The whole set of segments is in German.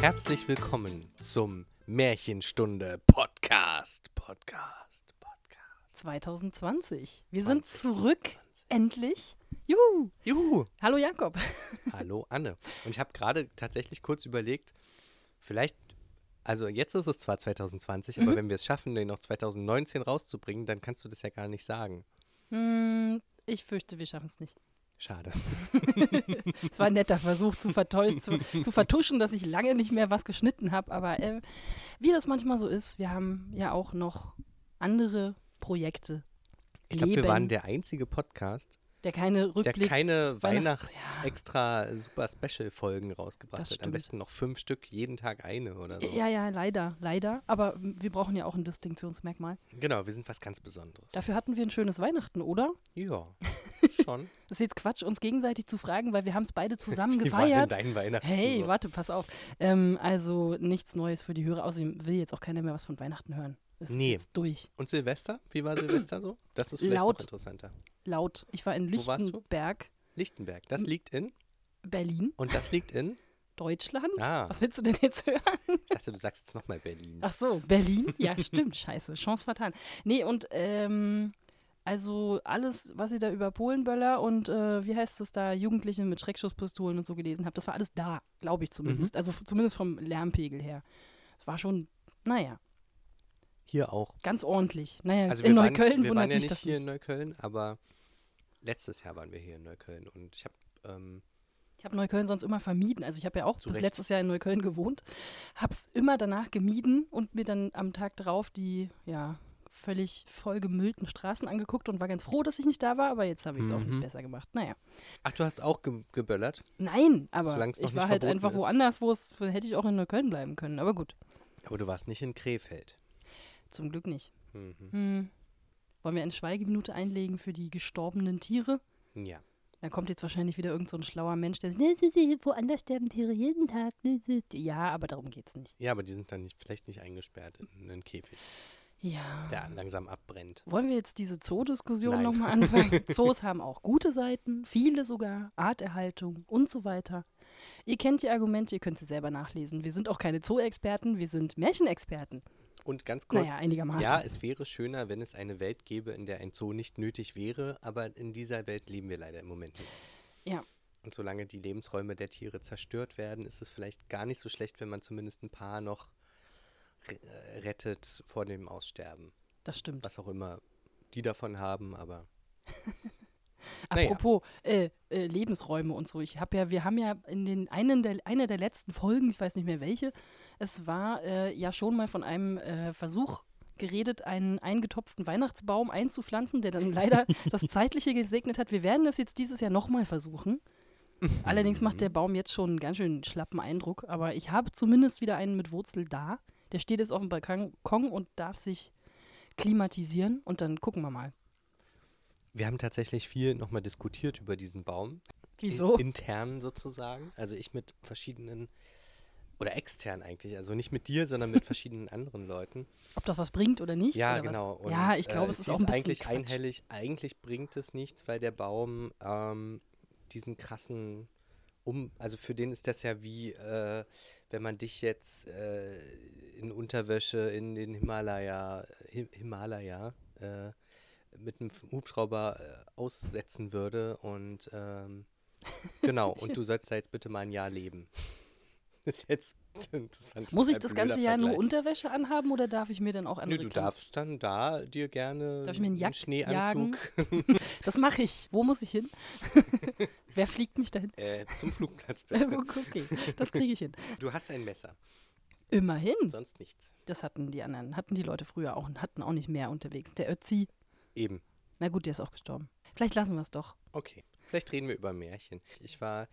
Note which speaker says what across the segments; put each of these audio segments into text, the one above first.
Speaker 1: Herzlich willkommen zum Märchenstunde Podcast. Podcast, Podcast.
Speaker 2: 2020. Wir sind
Speaker 1: 20.
Speaker 2: zurück, endlich. Juhu!
Speaker 1: Juhu!
Speaker 2: Hallo Jakob.
Speaker 1: Hallo Anne. Und ich habe gerade tatsächlich kurz überlegt, vielleicht, also jetzt ist es zwar 2020,
Speaker 2: Mhm.
Speaker 1: aber wenn wir es schaffen, den noch 2019 rauszubringen, dann kannst du das ja gar nicht sagen.
Speaker 2: Hm, ich fürchte, wir schaffen es nicht.
Speaker 1: Schade.
Speaker 2: Es war ein netter Versuch zu, vertäusch- zu, zu vertuschen, dass ich lange nicht mehr was geschnitten habe. Aber äh, wie das manchmal so ist, wir haben ja auch noch andere Projekte.
Speaker 1: Ich glaube, wir
Speaker 2: Leben,
Speaker 1: waren der einzige Podcast,
Speaker 2: der keine
Speaker 1: der
Speaker 2: Rückblick.
Speaker 1: keine
Speaker 2: Weihnachts-
Speaker 1: Weihnachts-Extra-Super-Special-Folgen rausgebracht
Speaker 2: Das
Speaker 1: hat. Am
Speaker 2: stimmt.
Speaker 1: besten noch fünf Stück, jeden Tag eine oder so.
Speaker 2: ja, ja, leider, leider. Aber m, wir brauchen ja auch ein Distinktionsmerkmal.
Speaker 1: Genau, wir sind was ganz Besonderes.
Speaker 2: Dafür hatten wir ein schönes Weihnachten, oder?
Speaker 1: ja, schon.
Speaker 2: Das ist jetzt Quatsch, uns gegenseitig zu fragen, weil wir haben es beide zusammen
Speaker 1: Wie war denn
Speaker 2: gefeiert.
Speaker 1: dein Weihnachten?
Speaker 2: Hey,
Speaker 1: so?
Speaker 2: warte, pass auf. Ähm, also nichts Neues für die Hörer. Außerdem will jetzt auch keiner mehr was von Weihnachten hören. Es
Speaker 1: Nee.
Speaker 2: ist jetzt durch.
Speaker 1: Und Silvester? Wie war Silvester so? Das ist vielleicht
Speaker 2: Laut.
Speaker 1: noch interessanter.
Speaker 2: Laut. Ich war in
Speaker 1: Wo warst du?
Speaker 2: Lichtenberg,
Speaker 1: Lichtenberg, das liegt in
Speaker 2: Berlin,
Speaker 1: und das liegt in.
Speaker 2: Deutschland.
Speaker 1: Ah.
Speaker 2: Was willst du denn jetzt hören?
Speaker 1: Ich dachte, du sagst jetzt nochmal Berlin.
Speaker 2: Ach so, Berlin? Ja, stimmt, scheiße. Chance vertan. Nee, und ähm, also alles, was ihr da über Polenböller und äh, wie heißt es da, Jugendliche mit Schreckschusspistolen und so gelesen habt, das war alles da, glaube ich zumindest.
Speaker 1: Mhm.
Speaker 2: Also f- zumindest vom Lärmpegel her. Es war schon, naja,
Speaker 1: Hier auch.
Speaker 2: ganz ordentlich. Naja,
Speaker 1: Also wir
Speaker 2: in
Speaker 1: waren,
Speaker 2: Neukölln
Speaker 1: wir
Speaker 2: wundert
Speaker 1: waren ja
Speaker 2: mich
Speaker 1: nicht
Speaker 2: das
Speaker 1: hier
Speaker 2: nicht.
Speaker 1: in Neukölln, aber letztes Jahr waren wir hier in Neukölln und ich habe ähm,
Speaker 2: Ich habe Neukölln sonst immer vermieden. Also ich habe ja auch
Speaker 1: Zu
Speaker 2: bis
Speaker 1: Recht.
Speaker 2: letztes Jahr in Neukölln gewohnt, habe es immer danach gemieden und mir dann am Tag darauf die ja völlig vollgemüllten Straßen angeguckt und war ganz froh, dass ich nicht da war. Aber jetzt habe ich es auch
Speaker 1: Mhm.
Speaker 2: nicht besser gemacht. Naja,
Speaker 1: ach, du hast auch ge geböllert.
Speaker 2: nein, aber
Speaker 1: Solang's noch
Speaker 2: ich
Speaker 1: nicht
Speaker 2: war halt
Speaker 1: verboten
Speaker 2: einfach
Speaker 1: ist.
Speaker 2: woanders, wo es hätte ich auch in Neukölln bleiben können. Aber gut,
Speaker 1: Aber du warst nicht in Krefeld.
Speaker 2: zum Glück nicht.
Speaker 1: Mhm.
Speaker 2: Hm. Wollen wir eine Schweigeminute einlegen für die gestorbenen Tiere?
Speaker 1: Ja.
Speaker 2: Dann kommt jetzt wahrscheinlich wieder irgend so ein schlauer Mensch, der sagt, "Nee, nee, nee, woanders sterben Tiere jeden Tag. nee, nee." Ja, aber darum geht's nicht.
Speaker 1: Ja, aber die sind dann nicht, vielleicht nicht eingesperrt in einen Käfig,
Speaker 2: Ja.
Speaker 1: der langsam abbrennt.
Speaker 2: Wollen wir jetzt diese Zoodiskussion
Speaker 1: Nein.
Speaker 2: nochmal anfangen? Zoos haben auch gute Seiten, viele sogar, Arterhaltung und so weiter. Ihr kennt die Argumente, ihr könnt sie selber nachlesen. Wir sind auch keine Zoo-Experten, wir sind Märchenexperten.
Speaker 1: Und ganz kurz,
Speaker 2: Naja, einigermaßen.
Speaker 1: Ja, es wäre schöner, wenn es eine Welt gäbe, in der ein Zoo nicht nötig wäre, aber in dieser Welt leben wir leider im Moment nicht.
Speaker 2: Ja.
Speaker 1: Und solange die Lebensräume der Tiere zerstört werden, ist es vielleicht gar nicht so schlecht, wenn man zumindest ein paar noch re- äh, rettet vor dem Aussterben.
Speaker 2: Das stimmt.
Speaker 1: Was auch immer die davon haben, aber naja.
Speaker 2: Apropos äh, äh, Lebensräume und so. Ich habe ja, wir haben ja in den einen der, einer der letzten Folgen, ich weiß nicht mehr welche, es war äh, ja schon mal von einem äh, Versuch geredet, einen eingetopften Weihnachtsbaum einzupflanzen, der dann leider das Zeitliche gesegnet hat. Wir werden das jetzt dieses Jahr nochmal versuchen. Allerdings macht der Baum jetzt schon einen ganz schön schlappen Eindruck, aber ich habe zumindest wieder einen mit Wurzel da. Der steht jetzt auf dem Balkon und darf sich klimatisieren und dann gucken wir mal.
Speaker 1: wir haben tatsächlich viel nochmal diskutiert über diesen Baum.
Speaker 2: Wieso?
Speaker 1: In, intern sozusagen. Also ich mit verschiedenen oder extern eigentlich, also nicht mit dir, sondern mit verschiedenen anderen Leuten.
Speaker 2: ob das was bringt oder nicht.
Speaker 1: Ja,
Speaker 2: oder
Speaker 1: genau.
Speaker 2: Was? ja, ich glaube,
Speaker 1: äh,
Speaker 2: es ist
Speaker 1: hieß
Speaker 2: auch ein bisschen
Speaker 1: eigentlich
Speaker 2: Quatsch.
Speaker 1: einhellig. Eigentlich bringt es nichts, weil der Baum ähm, diesen krassen um, also für den ist das ja wie, äh, wenn man dich jetzt äh, in Unterwäsche in den Himalaya, Hi Himalaya äh, mit einem Hubschrauber äh, aussetzen würde und ähm, genau. und du sollst da jetzt bitte mal ein Jahr leben. Das ist jetzt. Das fand
Speaker 2: Muss ich
Speaker 1: ein
Speaker 2: das
Speaker 1: blöder
Speaker 2: ganze Jahr nur
Speaker 1: Vergleich.
Speaker 2: Unterwäsche anhaben oder darf ich mir dann auch
Speaker 1: Nee,
Speaker 2: andere
Speaker 1: du
Speaker 2: Grenzen-
Speaker 1: darfst dann da dir gerne
Speaker 2: Darf ich mir einen Jack jagen?
Speaker 1: Schneeanzug
Speaker 2: Das mache ich. Wo muss ich hin? Wer fliegt mich dahin?
Speaker 1: äh, zum Flugplatz
Speaker 2: Also,
Speaker 1: bringen.
Speaker 2: okay, das kriege ich hin.
Speaker 1: Du hast ein Messer,
Speaker 2: Immerhin.
Speaker 1: sonst nichts.
Speaker 2: Das hatten die anderen, hatten die Leute früher auch und hatten auch nicht mehr unterwegs. Der Ötzi,
Speaker 1: Eben.
Speaker 2: na gut, der ist auch gestorben. Vielleicht lassen wir es doch.
Speaker 1: Okay. Vielleicht reden wir über Märchen. Ich war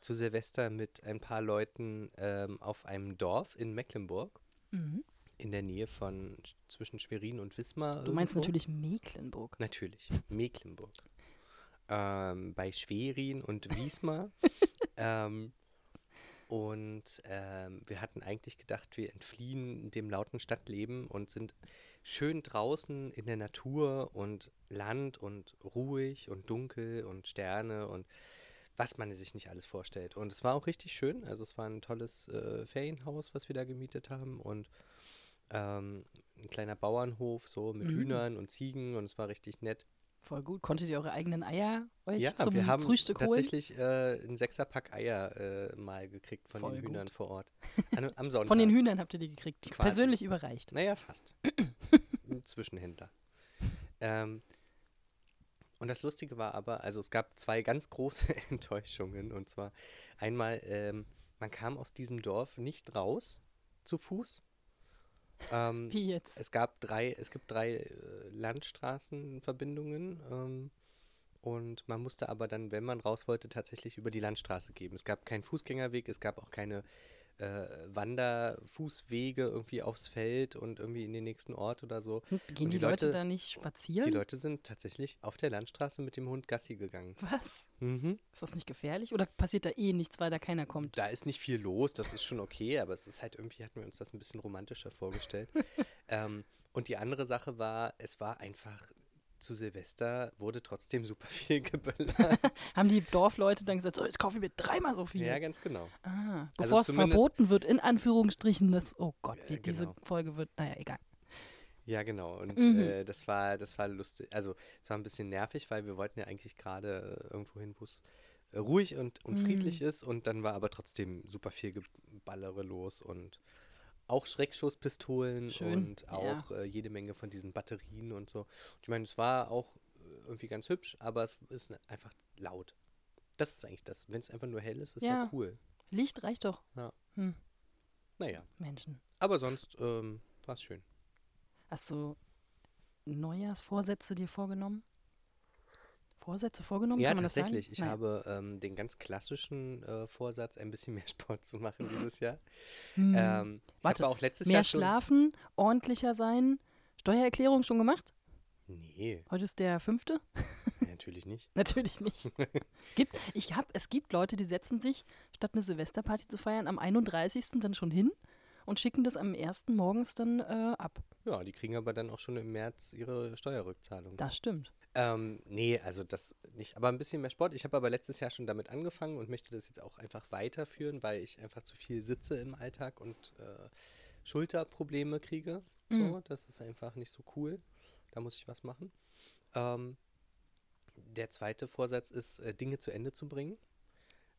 Speaker 1: zu Silvester mit ein paar Leuten ähm, auf einem Dorf in Mecklenburg,
Speaker 2: Mhm.
Speaker 1: in der Nähe von Sch- zwischen Schwerin und Wismar.
Speaker 2: Du meinst
Speaker 1: irgendwo.
Speaker 2: natürlich Mecklenburg.
Speaker 1: Natürlich, Mecklenburg. ähm, bei Schwerin und Wiesma. ähm, und ähm, wir hatten eigentlich gedacht, wir entfliehen dem lauten Stadtleben und sind schön draußen in der Natur und Land und ruhig und dunkel und Sterne und was man sich nicht alles vorstellt. Und es war auch richtig schön. Also es war ein tolles äh, Ferienhaus, was wir da gemietet haben und ähm, ein kleiner Bauernhof so mit
Speaker 2: Mhm.
Speaker 1: Hühnern und Ziegen und es war richtig nett.
Speaker 2: Voll gut. Konntet ihr eure eigenen Eier euch
Speaker 1: ja,
Speaker 2: zum
Speaker 1: wir haben
Speaker 2: Frühstück holen?
Speaker 1: tatsächlich äh, einen Sechserpack Eier äh, mal gekriegt von
Speaker 2: Voll
Speaker 1: den Hühnern
Speaker 2: gut.
Speaker 1: vor Ort. An, am Sonntag.
Speaker 2: Von den Hühnern habt ihr die gekriegt. Die
Speaker 1: Quasi.
Speaker 2: persönlich überreicht.
Speaker 1: Naja, fast. Ein Zwischenhändler. Ähm, und das Lustige war aber, also es gab zwei ganz große Enttäuschungen. Und zwar einmal, ähm, man kam aus diesem Dorf nicht raus zu Fuß. Ähm,
Speaker 2: Wie jetzt?
Speaker 1: es gab drei, es gibt drei äh, Landstraßenverbindungen ähm, und man musste aber dann, wenn man raus wollte, tatsächlich über die Landstraße gehen. Es gab keinen Fußgängerweg, es gab auch keine äh, Wanderfußwege irgendwie aufs Feld und irgendwie in den nächsten Ort oder so.
Speaker 2: Hm, Gehen
Speaker 1: und die
Speaker 2: die Leute,
Speaker 1: Leute-
Speaker 2: da nicht spazieren?
Speaker 1: Die Leute sind tatsächlich auf der Landstraße mit dem Hund Gassi gegangen.
Speaker 2: Was?
Speaker 1: Mhm.
Speaker 2: Ist das nicht gefährlich? Oder passiert da eh nichts, weil da keiner kommt?
Speaker 1: Da ist nicht viel los, das ist schon okay, aber es ist halt irgendwie, hatten wir uns das ein bisschen romantischer vorgestellt. ähm, und die andere Sache war, es war einfach zu Silvester wurde trotzdem super viel geböllert.
Speaker 2: Haben die Dorfleute dann gesagt, so, jetzt kaufe ich mir dreimal so viel?
Speaker 1: ja, ganz genau.
Speaker 2: ah,
Speaker 1: Also
Speaker 2: bevor es
Speaker 1: zumindest-
Speaker 2: verboten wird, in Anführungsstrichen, das, oh Gott, die,
Speaker 1: Äh,
Speaker 2: diese
Speaker 1: genau.
Speaker 2: Folge wird, naja, egal.
Speaker 1: Ja, genau. Und
Speaker 2: Mhm.
Speaker 1: äh, das war, das war lustig. Also es war ein bisschen nervig, weil wir wollten ja eigentlich gerade äh, irgendwo hin, wo es äh, ruhig und, und friedlich
Speaker 2: Mhm.
Speaker 1: ist. Und dann war aber trotzdem super viel Geballere los und auch Schreckschusspistolen
Speaker 2: Schön,
Speaker 1: und
Speaker 2: ja.
Speaker 1: auch äh, jede Menge von diesen Batterien und so. Und ich meine, es war auch äh, irgendwie ganz hübsch, aber es ist ne- einfach laut. Das ist eigentlich das. Wenn es einfach nur hell ist, ist ja,
Speaker 2: Ja.
Speaker 1: cool.
Speaker 2: Licht reicht doch,
Speaker 1: Naja.
Speaker 2: Menschen.
Speaker 1: Aber sonst ähm, war es schön.
Speaker 2: Hast du Neujahrsvorsätze dir vorgenommen? Vorsätze vorgenommen?
Speaker 1: Ja,
Speaker 2: kann man das sagen?
Speaker 1: tatsächlich. Ich
Speaker 2: Nein.
Speaker 1: habe ähm, den ganz klassischen äh, Vorsatz, ein bisschen mehr Sport zu machen dieses Jahr.
Speaker 2: Hm.
Speaker 1: Ähm, ich
Speaker 2: Warte,
Speaker 1: habe auch letztes
Speaker 2: Mehr
Speaker 1: Jahr schon.
Speaker 2: schlafen, ordentlicher sein. Steuererklärung schon gemacht?
Speaker 1: Nee,
Speaker 2: Heute ist der fünfte?
Speaker 1: natürlich nicht.
Speaker 2: Natürlich nicht. gibt, ich hab, es gibt Leute, die setzen sich, statt eine Silvesterparty zu feiern, am 31. dann schon hin und schicken das am 1. morgens dann äh, ab.
Speaker 1: Ja, die kriegen aber dann auch schon im März ihre Steuerrückzahlung.
Speaker 2: Das stimmt.
Speaker 1: Ähm, nee, also das nicht. Aber ein bisschen mehr Sport. Ich habe aber letztes Jahr schon damit angefangen und möchte das jetzt auch einfach weiterführen, weil ich einfach zu viel sitze im Alltag und äh, Schulterprobleme kriege. So,
Speaker 2: Mhm.
Speaker 1: das ist einfach nicht so cool. Da muss ich was machen. Ähm, der zweite Vorsatz ist, äh, Dinge zu Ende zu bringen.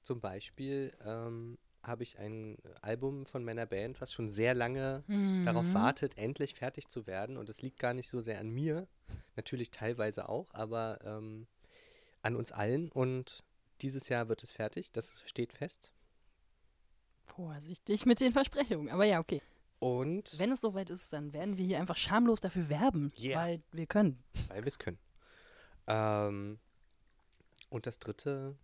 Speaker 1: Zum Beispiel ähm, habe ich ein Album von meiner Band, was schon sehr lange Hm. darauf
Speaker 2: Mhm.
Speaker 1: wartet, endlich fertig zu werden. Und es liegt gar nicht so sehr an mir, natürlich teilweise auch, aber ähm, an uns allen. Und dieses Jahr wird es fertig, das steht fest.
Speaker 2: Vorsichtig mit den Versprechungen. Aber ja, okay.
Speaker 1: Und
Speaker 2: Wenn es soweit ist, dann werden wir hier einfach schamlos dafür werben,
Speaker 1: Yeah.
Speaker 2: weil wir können.
Speaker 1: weil wir es können. Ähm, und das dritte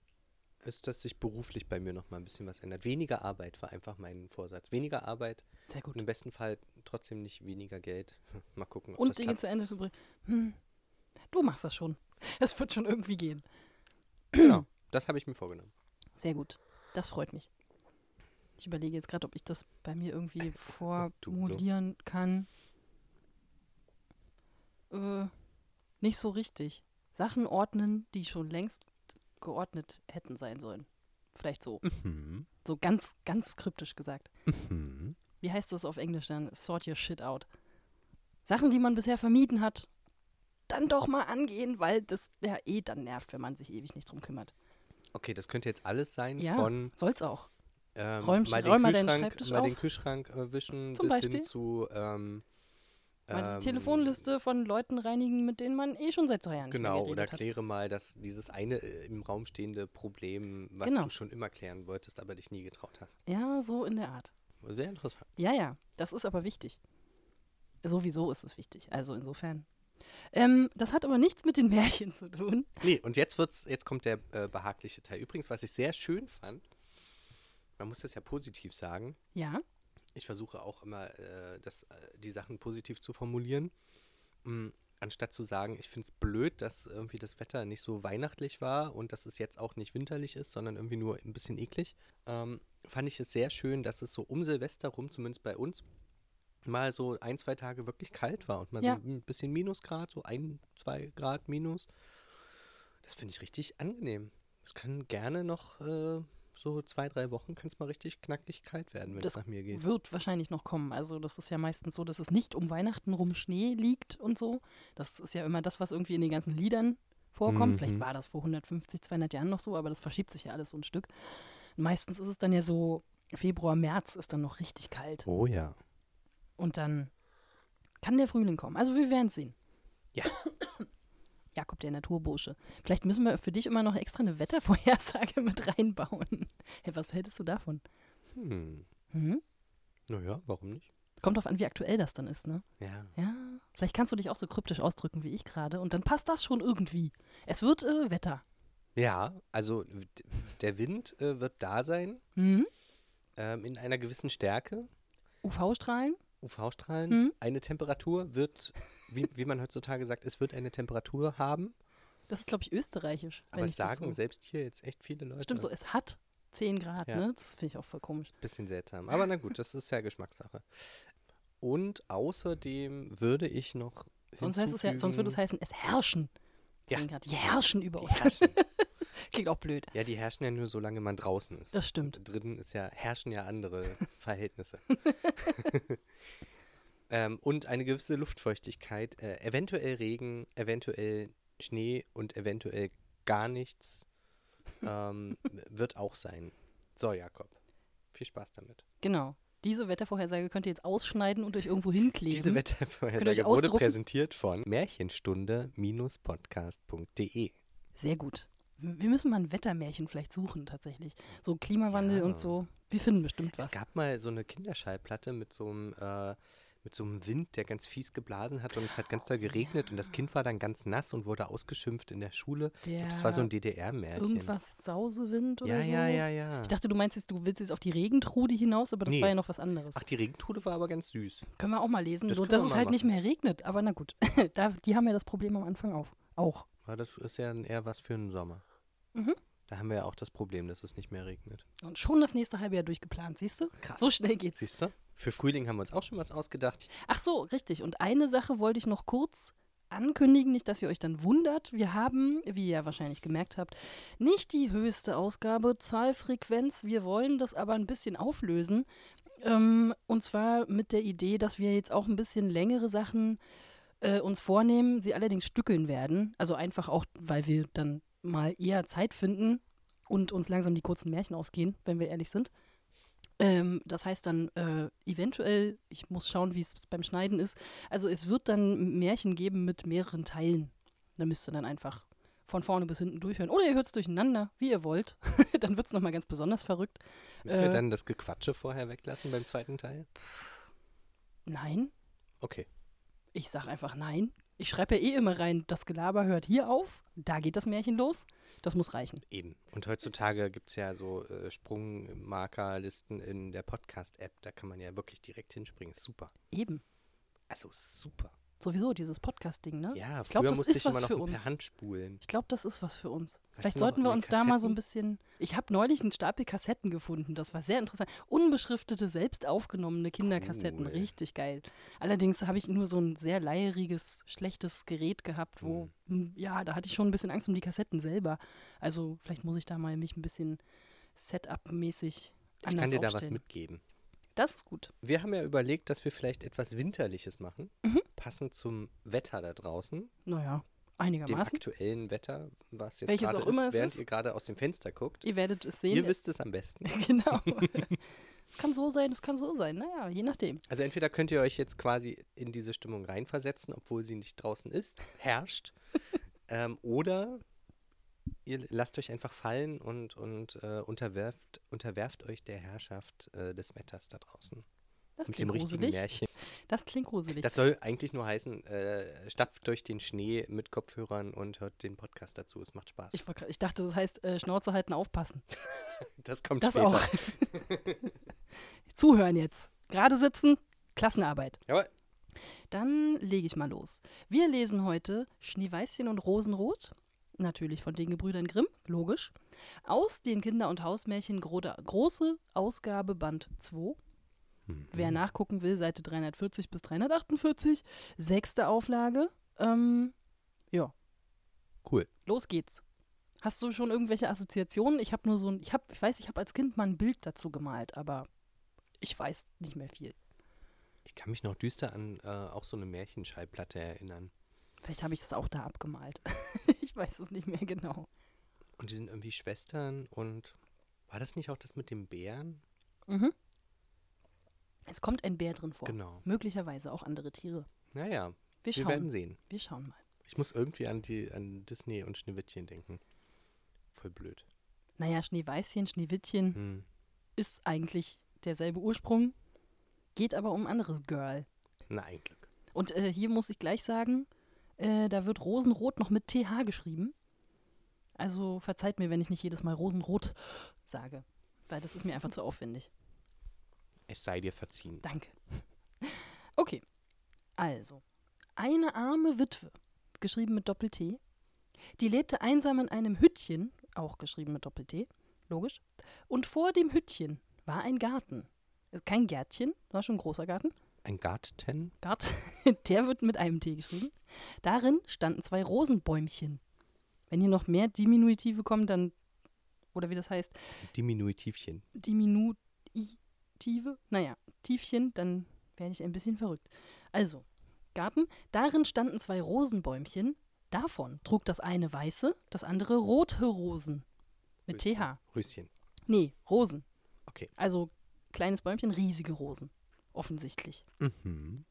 Speaker 1: ist, dass sich beruflich bei mir noch mal ein bisschen was ändert. Weniger Arbeit war einfach mein Vorsatz. Weniger Arbeit
Speaker 2: Sehr gut.
Speaker 1: und im besten Fall trotzdem nicht weniger Geld. mal gucken, ob das
Speaker 2: Und Dinge
Speaker 1: klappt.
Speaker 2: zu Ende zu bringen. Hm. Du machst das schon. Es wird schon irgendwie gehen.
Speaker 1: Genau, das habe ich mir vorgenommen.
Speaker 2: Sehr gut. Das freut mich. Ich überlege jetzt gerade, ob ich das bei mir irgendwie
Speaker 1: so.
Speaker 2: formulieren kann. Äh, nicht so richtig. Sachen ordnen, die schon längst geordnet hätten sein sollen. Vielleicht so.
Speaker 1: Mhm.
Speaker 2: So ganz, ganz kryptisch gesagt.
Speaker 1: Mhm.
Speaker 2: Wie heißt das auf Englisch dann? Sort your shit out. Sachen, die man bisher vermieden hat, dann doch mal angehen, weil das ja eh dann nervt, wenn man sich ewig nicht drum kümmert.
Speaker 1: Okay, das könnte jetzt alles sein
Speaker 2: Ja,
Speaker 1: von
Speaker 2: soll's auch.
Speaker 1: ähm,
Speaker 2: Räum-
Speaker 1: mal, den
Speaker 2: räum mal deinen
Speaker 1: Kühlschrank,
Speaker 2: Schreibtisch
Speaker 1: mal den
Speaker 2: auf.
Speaker 1: Kühlschrank äh, wischen
Speaker 2: Zum
Speaker 1: bis
Speaker 2: Beispiel.
Speaker 1: hin zu ähm,
Speaker 2: Mal die
Speaker 1: ähm,
Speaker 2: Telefonliste von Leuten reinigen, mit denen man eh schon seit zwei Jahren
Speaker 1: Genau,
Speaker 2: nicht mehr
Speaker 1: oder
Speaker 2: geredet hat.
Speaker 1: kläre mal das, dieses eine äh, im Raum stehende Problem, was
Speaker 2: Genau.
Speaker 1: du schon immer klären wolltest, aber dich nie getraut hast.
Speaker 2: Ja, so in der Art.
Speaker 1: Sehr interessant.
Speaker 2: Ja, ja, das ist aber wichtig. Sowieso ist es wichtig, also insofern. Ähm, das hat aber nichts mit den Märchen zu tun.
Speaker 1: Nee, und jetzt wird's, jetzt kommt der äh, behagliche Teil. Übrigens, was ich sehr schön fand, man muss das ja positiv sagen,
Speaker 2: Ja,
Speaker 1: ich versuche auch immer, äh, das, äh, die Sachen positiv zu formulieren. Mm, anstatt zu sagen, ich finde es blöd, dass irgendwie das Wetter nicht so weihnachtlich war und dass es jetzt auch nicht winterlich ist, sondern irgendwie nur ein bisschen eklig, ähm, fand ich es sehr schön, dass es so um Silvester rum, zumindest bei uns, mal so ein, zwei Tage wirklich kalt war und mal
Speaker 2: Ja.
Speaker 1: so ein bisschen Minusgrad, so ein, zwei Grad Minus. Das finde ich richtig angenehm. Es kann gerne noch äh, so zwei, drei Wochen kann es mal richtig knackig kalt werden, wenn es
Speaker 2: Das
Speaker 1: nach mir geht.
Speaker 2: Wird wahrscheinlich noch kommen. Also das ist ja meistens so, dass es nicht um Weihnachten rum Schnee liegt und so. Das ist ja immer das, was irgendwie in den ganzen Liedern vorkommt.
Speaker 1: Mhm.
Speaker 2: Vielleicht war das vor 150, 200 Jahren noch so, aber das verschiebt sich ja alles so ein Stück. Meistens ist es dann ja so, Februar, März ist dann noch richtig kalt.
Speaker 1: Oh ja.
Speaker 2: Und dann kann der Frühling kommen. Also wir werden sehen.
Speaker 1: Ja.
Speaker 2: Jakob, der Naturbursche. Vielleicht müssen wir für dich immer noch extra eine Wettervorhersage mit reinbauen. Hey, was hältst du davon?
Speaker 1: Hm.
Speaker 2: Hm?
Speaker 1: Naja, warum nicht?
Speaker 2: Kommt drauf an, wie aktuell das dann ist, ne?
Speaker 1: Ja.
Speaker 2: Ja, vielleicht kannst du dich auch so kryptisch ausdrücken wie ich gerade und dann passt das schon irgendwie. Es wird äh, Wetter.
Speaker 1: Ja, also d- der Wind äh, wird da sein,
Speaker 2: Mhm.
Speaker 1: ähm, in einer gewissen Stärke.
Speaker 2: UV-Strahlen?
Speaker 1: UV-Strahlen,
Speaker 2: Mhm.
Speaker 1: eine Temperatur wird, wie, wie man heutzutage sagt, es wird eine Temperatur haben.
Speaker 2: Das ist, glaube ich, österreichisch. wenn
Speaker 1: Aber es
Speaker 2: ich das
Speaker 1: sagen
Speaker 2: so.
Speaker 1: selbst hier jetzt echt viele Leute.
Speaker 2: Stimmt so, es hat 10 Grad,
Speaker 1: Ja.
Speaker 2: ne? Das finde ich auch voll komisch.
Speaker 1: Bisschen seltsam. Aber na gut, das ist ja Geschmackssache. Und außerdem würde ich noch.
Speaker 2: Sonst, heißt es ja, sonst würde es
Speaker 1: halt.
Speaker 2: heißen, es herrschen. 10
Speaker 1: Ja.
Speaker 2: Grad. Die herrschen über
Speaker 1: Die
Speaker 2: uns.
Speaker 1: herrschen.
Speaker 2: Klingt auch blöd.
Speaker 1: Ja, die herrschen ja nur, solange man draußen ist.
Speaker 2: Das stimmt.
Speaker 1: Drinnen ist ja, herrschen ja andere Verhältnisse. ähm, und eine gewisse Luftfeuchtigkeit, äh, eventuell Regen, eventuell Schnee und eventuell gar nichts ähm, wird auch sein. So, Jakob, viel Spaß damit.
Speaker 2: Genau. Diese Wettervorhersage könnt ihr jetzt ausschneiden und euch irgendwo hinkleben.
Speaker 1: Diese
Speaker 2: Könnt ihr
Speaker 1: Wettervorhersage
Speaker 2: euch
Speaker 1: wurde
Speaker 2: ausdrucken?
Speaker 1: präsentiert von Märchenstunde-podcast.de.
Speaker 2: Sehr gut. Wir müssen mal ein Wettermärchen vielleicht suchen, tatsächlich. So Klimawandel
Speaker 1: Ja.
Speaker 2: und so. Wir finden bestimmt was.
Speaker 1: Es gab mal so eine Kinderschallplatte mit so einem, äh, mit so einem Wind, der ganz fies geblasen hat und es hat
Speaker 2: Oh,
Speaker 1: ganz doll geregnet und das Kind war dann ganz nass und wurde ausgeschimpft in der Schule. Ich glaub, das war so ein DDR-Märchen.
Speaker 2: Irgendwas Sausewind oder
Speaker 1: Ja,
Speaker 2: so?
Speaker 1: ja, ja, ja.
Speaker 2: Ich dachte, du meinst jetzt, du willst jetzt auf die Regentrude hinaus, aber das
Speaker 1: Nee.
Speaker 2: war ja noch was anderes.
Speaker 1: Ach, die Regentrude war aber ganz süß.
Speaker 2: können wir auch mal lesen,
Speaker 1: das
Speaker 2: so,
Speaker 1: können
Speaker 2: dass
Speaker 1: wir
Speaker 2: es
Speaker 1: mal
Speaker 2: halt nicht mehr regnet. Aber na gut, da, die haben ja das Problem am Anfang auf. auch.
Speaker 1: Aber das ist ja dann eher was für den Sommer.
Speaker 2: Mhm.
Speaker 1: Da haben wir ja auch das Problem, dass es nicht mehr regnet.
Speaker 2: Und schon das nächste halbe Jahr durchgeplant, siehst du?
Speaker 1: Krass.
Speaker 2: So schnell geht's.
Speaker 1: Siehst du? Für Frühling haben wir uns auch schon was ausgedacht.
Speaker 2: Ach so, richtig. Und eine Sache wollte ich noch kurz ankündigen, nicht, dass ihr euch dann wundert. Wir haben, wie ihr wahrscheinlich gemerkt habt, nicht die höchste Ausgabe, Zahlfrequenz. Wir wollen das aber ein bisschen auflösen. Ähm, und zwar mit der Idee, dass wir jetzt auch ein bisschen längere Sachen äh, uns vornehmen, sie allerdings stückeln werden. Also einfach auch, weil wir dann mal eher Zeit finden und uns langsam die kurzen Märchen ausgehen, wenn wir ehrlich sind. Ähm, das heißt dann äh, eventuell, ich muss schauen, wie es beim Schneiden ist. Also es wird dann Märchen geben mit mehreren Teilen. Da müsst ihr dann einfach von vorne bis hinten durchhören. Oder ihr hört es durcheinander, wie ihr wollt. dann wird es nochmal ganz besonders verrückt.
Speaker 1: Müssen wir
Speaker 2: Äh.
Speaker 1: dann das Gequatsche vorher weglassen beim zweiten Teil?
Speaker 2: Nein,
Speaker 1: Okay.
Speaker 2: ich sag einfach nein. Ich schreibe ja eh immer rein, das Gelaber hört hier auf, da geht das Märchen los. Das muss reichen.
Speaker 1: Eben. Und heutzutage gibt es ja so äh, Sprungmarkerlisten in der Podcast-App. Da kann man ja wirklich direkt hinspringen. Ist Super.
Speaker 2: Eben.
Speaker 1: Also super.
Speaker 2: Sowieso dieses Podcast-Ding, ne?
Speaker 1: Ja, ich
Speaker 2: glaub,
Speaker 1: früher
Speaker 2: das
Speaker 1: musste
Speaker 2: ist
Speaker 1: ich immer
Speaker 2: was
Speaker 1: noch
Speaker 2: für
Speaker 1: mit
Speaker 2: uns.
Speaker 1: per Hand spulen.
Speaker 2: Ich glaube, das ist was für uns.
Speaker 1: Weißt
Speaker 2: Vielleicht
Speaker 1: du noch,
Speaker 2: sollten wir
Speaker 1: die
Speaker 2: uns da mal so ein
Speaker 1: Kassetten?
Speaker 2: bisschen. Ich habe neulich einen Stapel Kassetten gefunden. Das war sehr interessant. Unbeschriftete, selbst aufgenommene Kinderkassetten.
Speaker 1: Cool.
Speaker 2: Richtig geil. Allerdings habe ich nur so ein sehr leieriges, schlechtes Gerät gehabt, wo,
Speaker 1: Hm.
Speaker 2: m, ja, da hatte ich schon ein bisschen Angst um die Kassetten selber. Also vielleicht muss ich da mal mich ein bisschen Setup-mäßig anders
Speaker 1: Ich kann dir da was
Speaker 2: aufstellen.
Speaker 1: mitgeben.
Speaker 2: Das ist gut.
Speaker 1: Wir haben ja überlegt, dass wir vielleicht etwas Winterliches machen,
Speaker 2: Mhm.
Speaker 1: passend zum Wetter da draußen,
Speaker 2: Naja,
Speaker 1: dem
Speaker 2: einigermaßen.
Speaker 1: aktuellen Wetter, was jetzt
Speaker 2: Welches
Speaker 1: gerade
Speaker 2: auch immer
Speaker 1: ist,
Speaker 2: es
Speaker 1: während
Speaker 2: ist.
Speaker 1: ihr gerade aus dem Fenster guckt.
Speaker 2: Ihr werdet es sehen.
Speaker 1: Ihr wisst es am besten.
Speaker 2: genau. Es kann so sein, es kann so sein. Naja, je nachdem.
Speaker 1: Also entweder könnt ihr euch jetzt quasi in diese Stimmung reinversetzen, obwohl sie nicht draußen ist, herrscht, ähm, oder ihr lasst euch einfach fallen und, und äh, unterwerft, unterwerft euch der Herrschaft äh, des Wetters da draußen.
Speaker 2: Das
Speaker 1: mit dem
Speaker 2: klingt
Speaker 1: richtigen
Speaker 2: gruselig.
Speaker 1: Märchen.
Speaker 2: Das klingt gruselig.
Speaker 1: Das soll eigentlich nur heißen, äh, stapft durch den Schnee mit Kopfhörern und hört den Podcast dazu. Es macht Spaß.
Speaker 2: ich, wollt grad- ich dachte, das heißt äh, Schnauze halten, aufpassen.
Speaker 1: das kommt
Speaker 2: Das
Speaker 1: später.
Speaker 2: auch. Zuhören jetzt. Gerade sitzen, Klassenarbeit.
Speaker 1: Jawohl.
Speaker 2: Dann lege ich mal los. Wir lesen heute Schneeweißchen und Rosenrot. Natürlich von den Gebrüdern Grimm, logisch. Aus den Kinder- und Hausmärchen Groder, große Ausgabe Band 2. Hm.
Speaker 1: Mhm.
Speaker 2: Wer nachgucken will, Seite 340 bis 348. Sechste Auflage. Ähm, ja.
Speaker 1: Cool.
Speaker 2: Los geht's. Hast du schon irgendwelche Assoziationen? Ich habe nur so ein, ich habe, ich weiß, ich habe als Kind mal ein Bild dazu gemalt, aber ich weiß nicht mehr viel.
Speaker 1: Ich kann mich noch düster an äh, auch so eine Märchenschallplatte erinnern.
Speaker 2: Vielleicht habe ich es auch da abgemalt. ich weiß es nicht mehr genau.
Speaker 1: Und die sind irgendwie Schwestern und war das nicht auch das mit dem Bären?
Speaker 2: Mhm. Es kommt ein Bär drin vor.
Speaker 1: Genau.
Speaker 2: Möglicherweise auch andere Tiere.
Speaker 1: Naja,
Speaker 2: Wir
Speaker 1: wir
Speaker 2: schauen.
Speaker 1: werden sehen.
Speaker 2: Wir schauen mal.
Speaker 1: Ich muss irgendwie an die an Disney und Schneewittchen denken. Voll blöd.
Speaker 2: Naja, Schneeweißchen, Schneewittchen
Speaker 1: Hm.
Speaker 2: ist eigentlich derselbe Ursprung, geht aber um ein anderes Girl.
Speaker 1: Na, ein Glück.
Speaker 2: Und äh, hier muss ich gleich sagen, äh, da wird Rosenrot noch mit TH geschrieben. Also verzeiht mir, wenn ich nicht jedes Mal Rosenrot sage, weil das ist mir einfach zu aufwendig.
Speaker 1: Es sei dir verziehen.
Speaker 2: Danke. Okay, also. Eine arme Witwe, geschrieben mit Doppel-T, die lebte einsam in einem Hüttchen, auch geschrieben mit Doppel-T, logisch, und vor dem Hüttchen war ein Garten. Also Kein Gärtchen, war schon ein großer Garten.
Speaker 1: Ein Garten?
Speaker 2: Gart, der wird mit einem T geschrieben. Darin standen zwei Rosenbäumchen. Wenn hier noch mehr Diminutive kommen, dann, oder wie das heißt,
Speaker 1: Diminutivchen.
Speaker 2: Diminutive, naja, Tiefchen, dann werde ich ein bisschen verrückt. Also, Garten, darin standen zwei Rosenbäumchen. Davon trug das eine weiße, das andere rote Rosen. Mit
Speaker 1: Röschen.
Speaker 2: TH.
Speaker 1: Röschen.
Speaker 2: Nee, Rosen.
Speaker 1: Okay.
Speaker 2: Also kleines Bäumchen, riesige Rosen. Offensichtlich.
Speaker 1: Mhm.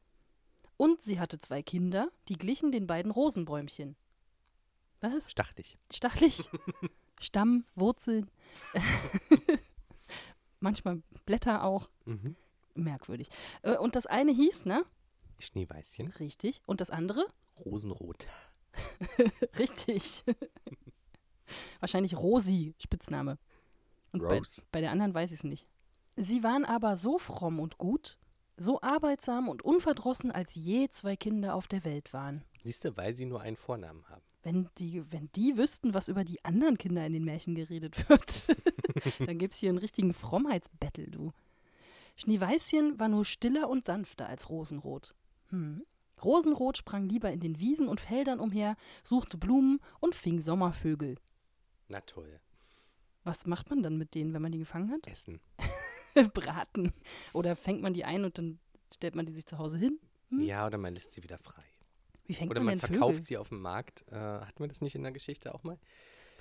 Speaker 2: Und sie hatte zwei Kinder, die glichen den beiden Rosenbäumchen. Was?
Speaker 1: Stachlich.
Speaker 2: Stachelig? Stamm, Wurzeln. Manchmal Blätter auch.
Speaker 1: Mhm.
Speaker 2: Merkwürdig. Äh, Und das eine hieß, ne?
Speaker 1: Schneeweißchen.
Speaker 2: Richtig. Und das andere?
Speaker 1: Rosenrot.
Speaker 2: Richtig. Wahrscheinlich Rosi, Spitzname. Und bei,
Speaker 1: Rose.
Speaker 2: bei der anderen weiß ich es nicht. Sie waren aber so fromm und gut, so arbeitsam und unverdrossen, als je zwei Kinder auf der Welt waren.
Speaker 1: Siehst du, weil sie nur einen Vornamen haben.
Speaker 2: Wenn die, wenn die wüssten, was über die anderen Kinder in den Märchen geredet wird, dann gäbe es hier einen richtigen Frommheitsbattle, du. Schneeweißchen war nur stiller und sanfter als Rosenrot. Hm. Rosenrot sprang lieber in den Wiesen und Feldern umher, suchte Blumen und fing Sommervögel.
Speaker 1: Na toll.
Speaker 2: Was macht man dann mit denen, wenn man die gefangen hat?
Speaker 1: Essen.
Speaker 2: Braten. Oder fängt man die ein und dann stellt man die sich zu Hause hin? Hm.
Speaker 1: Ja, oder man lässt sie wieder frei.
Speaker 2: Wie fängt
Speaker 1: Oder
Speaker 2: man,
Speaker 1: man
Speaker 2: denn
Speaker 1: verkauft
Speaker 2: Vögel?
Speaker 1: sie auf dem Markt. Äh, hatten wir das nicht in der Geschichte auch mal?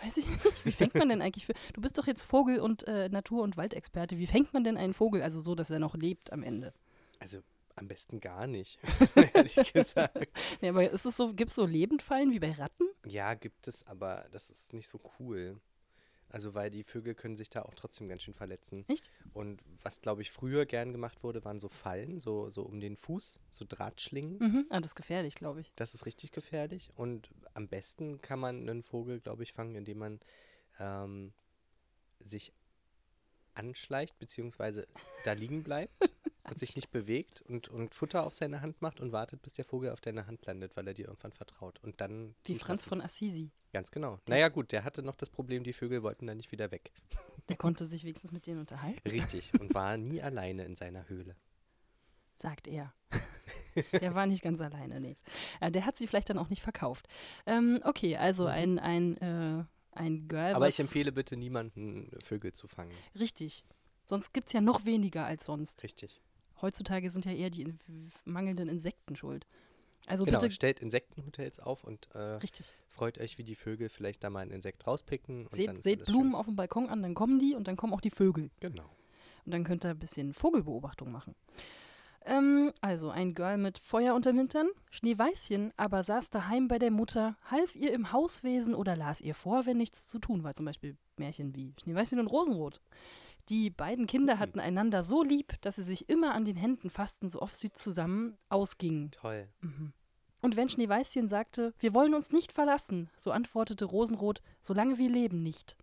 Speaker 2: Weiß ich nicht. Wie fängt man denn eigentlich Vögel? Du bist doch jetzt Vogel- und äh, Natur- und Waldexperte. Wie fängt man denn einen Vogel, also so, dass er noch lebt am Ende?
Speaker 1: Also am besten gar nicht, ehrlich gesagt.
Speaker 2: Ja, aber ist es so, gibt es so Lebendfallen wie bei Ratten?
Speaker 1: Ja, gibt es, aber das ist nicht so cool. Also weil die Vögel können sich da auch trotzdem ganz schön verletzen.
Speaker 2: Echt?
Speaker 1: Und was, glaube ich, früher gern gemacht wurde, waren so Fallen, so, so um den Fuß, so Drahtschlingen.
Speaker 2: Mhm. Ah, das ist gefährlich, glaube ich.
Speaker 1: Das ist richtig gefährlich. Und am besten kann man einen Vogel, glaube ich, fangen, indem man ähm, sich anschleicht, beziehungsweise da liegen bleibt und sich nicht bewegt und, und Futter auf seine Hand macht und wartet, bis der Vogel auf deine Hand landet, weil er dir irgendwann vertraut. Und dann.
Speaker 2: Wie
Speaker 1: zum
Speaker 2: Franz
Speaker 1: Fressen.
Speaker 2: von Assisi.
Speaker 1: Ganz genau. Naja, gut, der hatte noch das Problem, die Vögel wollten da nicht wieder weg.
Speaker 2: Der konnte sich wenigstens mit denen unterhalten,
Speaker 1: Richtig. Und war nie alleine in seiner Höhle.
Speaker 2: sagt er. Der war nicht ganz alleine, nee. Äh, Der hat sie vielleicht dann auch nicht verkauft. Ähm, okay, also ein, ein, äh, ein Girl.
Speaker 1: Mhm. Aber
Speaker 2: was-
Speaker 1: ich empfehle bitte niemanden, Vögel zu fangen.
Speaker 2: Richtig. Sonst gibt es ja noch weniger als sonst.
Speaker 1: Richtig.
Speaker 2: Heutzutage sind ja eher die in- mangelnden Insekten schuld. Also
Speaker 1: Genau,
Speaker 2: bitte.
Speaker 1: stellt Insektenhotels auf und äh,
Speaker 2: Richtig.
Speaker 1: Freut euch, wie die Vögel vielleicht da mal ein Insekt rauspicken. Und dann
Speaker 2: Seht,
Speaker 1: ist
Speaker 2: seht
Speaker 1: alles
Speaker 2: Blumen auf dem Balkon an, dann kommen die und dann kommen auch die Vögel.
Speaker 1: Schön. Genau.
Speaker 2: Und dann könnt ihr ein bisschen Vogelbeobachtung machen. Ähm, also ein Girl mit Feuer unterm Hintern, Schneeweißchen, aber saß daheim bei der Mutter, half ihr im Hauswesen oder las ihr vor, wenn nichts zu tun war. Zum Beispiel Märchen wie Schneeweißchen und Rosenrot. Die beiden
Speaker 1: Hm.
Speaker 2: Kinder hatten einander so lieb, dass sie sich immer an den Händen fassten, so oft sie zusammen ausgingen.
Speaker 1: Toll.
Speaker 2: Und wenn Schneeweißchen sagte, wir wollen uns nicht verlassen, so antwortete Rosenrot, solange wir leben nicht.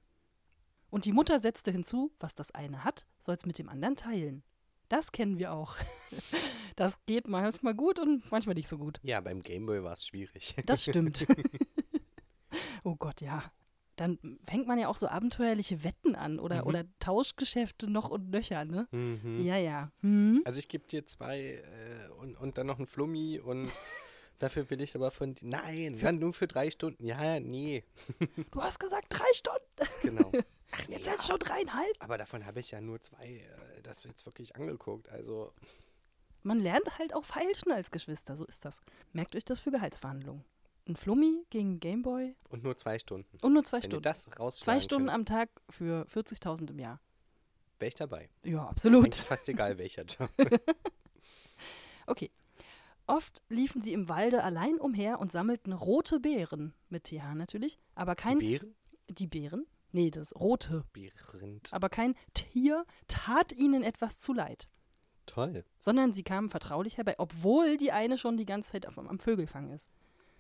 Speaker 2: Und die Mutter setzte hinzu, was das eine hat, soll's mit dem anderen teilen. Das kennen wir auch. Das geht manchmal gut und manchmal nicht so gut.
Speaker 1: Ja, beim Gameboy war es schwierig.
Speaker 2: Das stimmt. oh Gott, ja. Dann fängt man ja auch so abenteuerliche Wetten an oder,
Speaker 1: Mhm.
Speaker 2: oder Tauschgeschäfte noch und nöcher, ne?
Speaker 1: Mhm.
Speaker 2: Ja, ja. Hm?
Speaker 1: Also ich gebe dir zwei äh, und, und dann noch ein Flummi und Dafür will ich aber von. di- Nein, dann nur für drei Stunden. Ja, nee.
Speaker 2: Du hast gesagt drei Stunden.
Speaker 1: Genau. Ach,
Speaker 2: Jetzt sind es schon dreieinhalb.
Speaker 1: Aber davon habe ich ja nur zwei, äh, das jetzt wirklich angeguckt. Also,
Speaker 2: Man lernt halt auch feilschen als Geschwister, so ist das. Merkt euch das für Gehaltsverhandlungen. Ein Flummi gegen Gameboy
Speaker 1: und nur zwei Stunden.
Speaker 2: und nur zwei
Speaker 1: Wenn ihr
Speaker 2: Stunden.
Speaker 1: das rausschlagen
Speaker 2: Zwei Stunden
Speaker 1: könnt,
Speaker 2: am Tag für 40.000 im Jahr.
Speaker 1: wäre ich dabei.
Speaker 2: Ja,
Speaker 1: Eigentlich
Speaker 2: absolut.
Speaker 1: fast egal welcher Job.
Speaker 2: Okay. Oft liefen sie im Walde allein umher und sammelten rote Beeren. Mit TH natürlich, aber kein. Die,
Speaker 1: Bären?
Speaker 2: Beeren? Nee, das rote.
Speaker 1: Bären.
Speaker 2: Aber kein Tier tat ihnen etwas zu leid.
Speaker 1: Toll.
Speaker 2: Sondern sie kamen vertraulich herbei, obwohl die eine schon die ganze Zeit auf, am Vögelfang ist.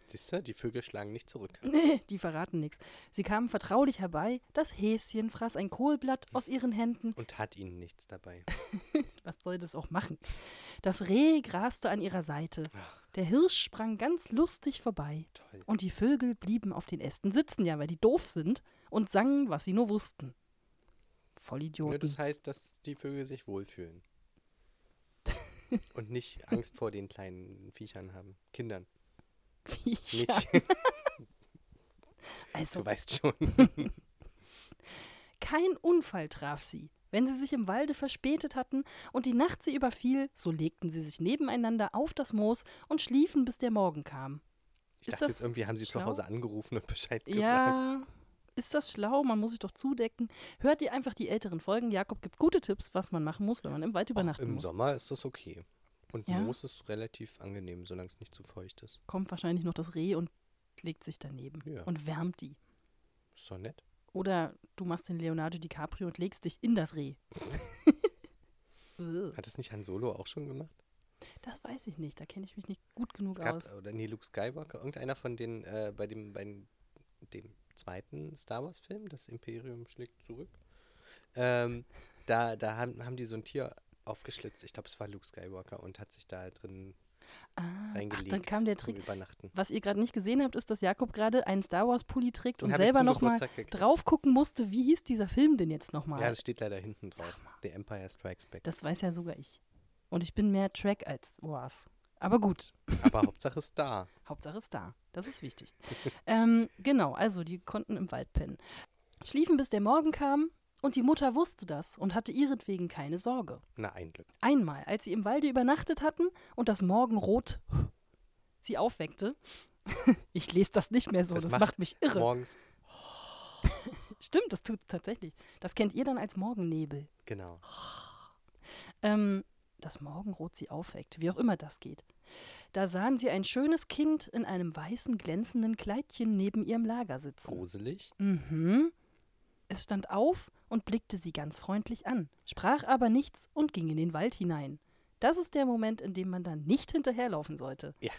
Speaker 1: Siehst du, die Vögel schlagen nicht zurück.
Speaker 2: Nee, die verraten nichts. Sie kamen vertraulich herbei, das Häschen fraß ein Kohlblatt aus ihren Händen.
Speaker 1: Und hat ihnen nichts dabei.
Speaker 2: Was soll das auch machen? Das Reh graste an ihrer Seite.
Speaker 1: Ach,
Speaker 2: Der Hirsch sprang ganz lustig vorbei.
Speaker 1: toll.
Speaker 2: Und die Vögel blieben auf den Ästen sitzen, ja, weil die doof sind, und sangen, was sie nur wussten.
Speaker 1: Nur
Speaker 2: Vollidioten.
Speaker 1: das heißt, dass die Vögel sich wohlfühlen. Und nicht Angst vor den kleinen Viechern haben. Kindern.
Speaker 2: Viecher.
Speaker 1: Nicht.
Speaker 2: also,
Speaker 1: Du weißt schon.
Speaker 2: kein Unfall traf sie. Wenn sie sich im Walde verspätet hatten und die Nacht sie überfiel, so legten sie sich nebeneinander auf das Moos und schliefen, bis der Morgen kam.
Speaker 1: Ich
Speaker 2: Ist
Speaker 1: dachte jetzt
Speaker 2: das
Speaker 1: irgendwie, haben sie
Speaker 2: schlau?
Speaker 1: zu Hause angerufen und Bescheid gesagt.
Speaker 2: Ja, ist das schlau? Man muss sich doch zudecken. Hört ihr einfach die älteren Folgen. Jakob gibt gute Tipps, was man machen muss, wenn man im Wald
Speaker 1: Ach,
Speaker 2: übernachten
Speaker 1: Im
Speaker 2: muss.
Speaker 1: Sommer ist das okay. Und
Speaker 2: Ja.
Speaker 1: Moos ist relativ angenehm, solange es nicht zu feucht ist.
Speaker 2: Kommt wahrscheinlich noch das Reh und legt sich daneben
Speaker 1: Ja.
Speaker 2: und wärmt die.
Speaker 1: Ist doch nett.
Speaker 2: Oder du machst den Leonardo DiCaprio und legst dich in das Reh. Ugh,
Speaker 1: Hat es nicht Han Solo auch schon gemacht?
Speaker 2: das weiß ich nicht, da kenne ich mich nicht gut genug
Speaker 1: Es gab, äh,
Speaker 2: aus.
Speaker 1: oder nee, Luke Skywalker, irgendeiner von den, äh, bei dem, bei dem zweiten Star Wars Film, das Imperium schlägt zurück, ähm, da, da haben, haben die so ein Tier aufgeschlitzt. Ich glaube, es war Luke Skywalker und hat sich da drin
Speaker 2: Ah, ach,
Speaker 1: reingelegt.
Speaker 2: dann kam der
Speaker 1: zum
Speaker 2: Trick.
Speaker 1: Übernachten.
Speaker 2: Was ihr gerade nicht gesehen habt, ist, dass Jakob gerade einen Star Wars Pulli trägt
Speaker 1: Den
Speaker 2: und
Speaker 1: hab ich
Speaker 2: selber
Speaker 1: zum
Speaker 2: nochmal
Speaker 1: Geburtstag gekriegt.
Speaker 2: drauf gucken musste, wie hieß dieser Film denn jetzt nochmal?
Speaker 1: Ja, das steht leider hinten
Speaker 2: Sag
Speaker 1: drauf. The Empire Strikes Back.
Speaker 2: Das weiß ja sogar ich. Und ich bin mehr Track als Oas. Aber gut,
Speaker 1: Aber Hauptsache Star.
Speaker 2: Hauptsache ist da. Das ist wichtig. ähm, genau, also die konnten im Wald pennen. Schliefen bis der Morgen kam und die Mutter wusste das und hatte ihretwegen keine Sorge.
Speaker 1: Na, ein Glück.
Speaker 2: Einmal, als sie im Walde übernachtet hatten und das Morgenrot sie aufweckte. ich lese das nicht mehr so, das,
Speaker 1: Das
Speaker 2: macht,
Speaker 1: macht
Speaker 2: mich irre.
Speaker 1: Morgens,
Speaker 2: Stimmt, das tut tatsächlich. Das kennt ihr dann als Morgennebel.
Speaker 1: genau.
Speaker 2: ähm, das Morgenrot sie aufweckt, wie auch immer das geht. Da sahen sie ein schönes Kind in einem weißen, glänzenden Kleidchen neben ihrem Lager sitzen.
Speaker 1: Gruselig.
Speaker 2: Mhm. Es stand auf und blickte sie ganz freundlich an, sprach aber nichts und ging in den Wald hinein. Das ist der Moment, in dem man dann nicht hinterherlaufen sollte.
Speaker 1: Ja.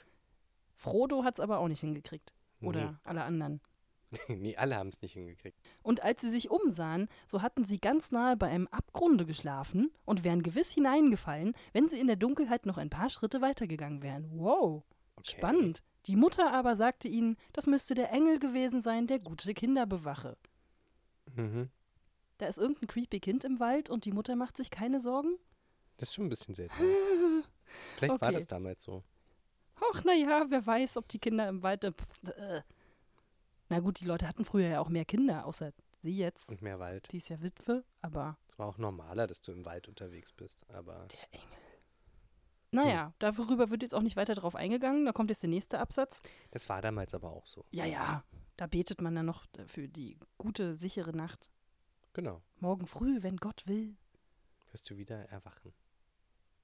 Speaker 2: Frodo hat's aber auch nicht hingekriegt. Oder
Speaker 1: Nee.
Speaker 2: alle anderen.
Speaker 1: nee, alle haben es nicht hingekriegt.
Speaker 2: Und als sie sich umsahen, so hatten sie ganz nahe bei einem Abgrunde geschlafen und wären gewiss hineingefallen, wenn sie in der Dunkelheit noch ein paar Schritte weitergegangen wären. Wow,
Speaker 1: Okay.
Speaker 2: spannend. Die Mutter aber sagte ihnen, das müsste der Engel gewesen sein, der gute Kinder bewache.
Speaker 1: Mhm.
Speaker 2: Da ist irgendein creepy Kind im Wald und die Mutter macht sich keine Sorgen?
Speaker 1: Das ist schon ein bisschen seltsam. Vielleicht war
Speaker 2: Okay.
Speaker 1: das damals so.
Speaker 2: Ach, naja, wer weiß, ob die Kinder im Wald. Pff, äh. Na gut, die Leute hatten früher ja auch mehr Kinder, außer sie jetzt.
Speaker 1: Und mehr Wald.
Speaker 2: Die ist ja Witwe, aber
Speaker 1: Es war auch normaler, dass du im Wald unterwegs bist, aber
Speaker 2: Der Engel.
Speaker 1: Hm.
Speaker 2: Naja, darüber wird jetzt auch nicht weiter drauf eingegangen. Da kommt jetzt der nächste Absatz.
Speaker 1: das war damals aber auch so.
Speaker 2: Ja, ja, da betet man dann noch äh, für die gute, sichere Nacht.
Speaker 1: Genau.
Speaker 2: Morgen früh, wenn Gott will.
Speaker 1: Wirst du wieder erwachen.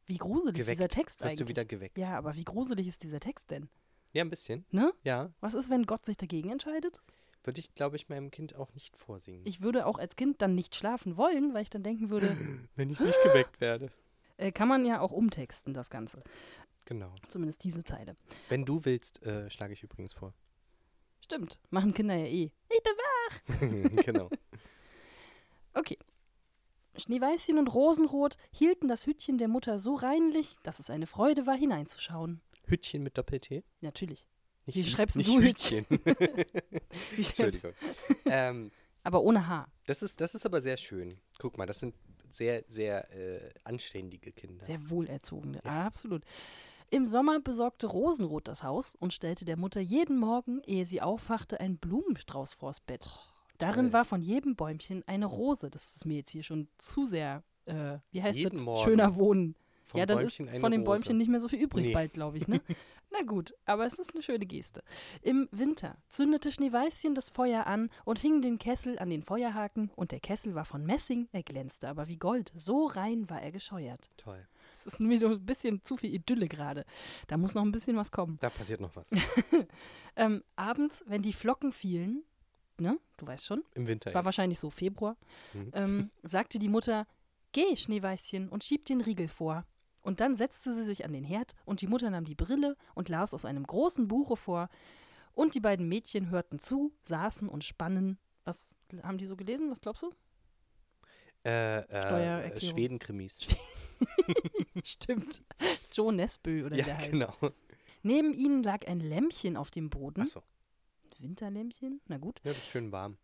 Speaker 2: Wie gruselig
Speaker 1: Geweckt.
Speaker 2: dieser Text
Speaker 1: Wirst
Speaker 2: eigentlich.
Speaker 1: du wieder geweckt.
Speaker 2: ja, aber wie gruselig ist dieser Text denn?
Speaker 1: ja ein bisschen.
Speaker 2: Ne?
Speaker 1: Ja,
Speaker 2: Was ist, wenn Gott sich dagegen entscheidet?
Speaker 1: würde ich, glaube ich, meinem Kind auch nicht vorsingen.
Speaker 2: Ich würde auch als Kind dann nicht schlafen wollen, weil ich dann denken würde,
Speaker 1: Wenn ich nicht geweckt werde.
Speaker 2: äh, kann man ja auch umtexten, das Ganze.
Speaker 1: Genau.
Speaker 2: Zumindest diese Zeile.
Speaker 1: Wenn du willst, äh, schlage ich übrigens vor.
Speaker 2: Stimmt, machen Kinder ja eh. Ich bin
Speaker 1: genau.
Speaker 2: Okay. Schneeweißchen und Rosenrot hielten das Hütchen der Mutter so reinlich, dass es eine Freude war, hineinzuschauen.
Speaker 1: Hütchen mit Doppel-T?
Speaker 2: Natürlich.
Speaker 1: Nicht
Speaker 2: Wie
Speaker 1: Hü-
Speaker 2: schreibst
Speaker 1: nicht
Speaker 2: du
Speaker 1: Hütchen?
Speaker 2: Wie schlimm's.
Speaker 1: Entschuldigung. ähm,
Speaker 2: Aber ohne Haar.
Speaker 1: das, ist, das ist aber sehr schön. Guck mal, das sind sehr, sehr äh, anständige Kinder.
Speaker 2: Sehr wohlerzogene. Absolut. Im Sommer besorgte Rosenrot das Haus und stellte der Mutter jeden Morgen, ehe sie aufwachte, einen Blumenstrauß vors Bett. Darin
Speaker 1: toll.
Speaker 2: war von jedem Bäumchen eine Rose. Das ist mir jetzt hier schon zu sehr, äh, wie heißt
Speaker 1: Jeden
Speaker 2: das?
Speaker 1: Morgen.
Speaker 2: Schöner Wohnen.
Speaker 1: Vom
Speaker 2: ja, dann
Speaker 1: Bäumchen
Speaker 2: ist
Speaker 1: eine
Speaker 2: von dem
Speaker 1: Rose.
Speaker 2: Bäumchen nicht mehr so viel übrig
Speaker 1: Nee.
Speaker 2: bald, glaube ich, ne? Na gut, aber es ist eine schöne Geste. Im Winter zündete Schneeweißchen das Feuer an und hing den Kessel an den Feuerhaken und der Kessel war von Messing, er glänzte aber wie Gold, so rein war er gescheuert.
Speaker 1: Toll.
Speaker 2: Es ist mir so ein bisschen zu viel Idylle gerade. Da muss noch ein bisschen was kommen.
Speaker 1: Da passiert noch was.
Speaker 2: Ähm, abends, wenn die Flocken fielen, ne, du weißt schon,
Speaker 1: Im Winter.
Speaker 2: war
Speaker 1: jetzt.
Speaker 2: wahrscheinlich so Februar,
Speaker 1: Mhm.
Speaker 2: ähm, sagte die Mutter, geh, Schneeweißchen, und schieb den Riegel vor. Und dann setzte sie sich an den Herd und die Mutter nahm die Brille und las aus einem großen Buche vor. Und die beiden Mädchen hörten zu, saßen und spannen. Was haben die so gelesen? Was glaubst du?
Speaker 1: Äh, äh, äh,
Speaker 2: Steuererklärung.
Speaker 1: Schweden-Krimis.
Speaker 2: Stimmt. Joe Nesbö oder wie der
Speaker 1: Ja,
Speaker 2: heißt. Hm?
Speaker 1: genau.
Speaker 2: Neben ihnen lag ein Lämmchen auf dem Boden.
Speaker 1: Achso.
Speaker 2: Winterlämmchen? Na gut.
Speaker 1: Ja, das ist schön warm.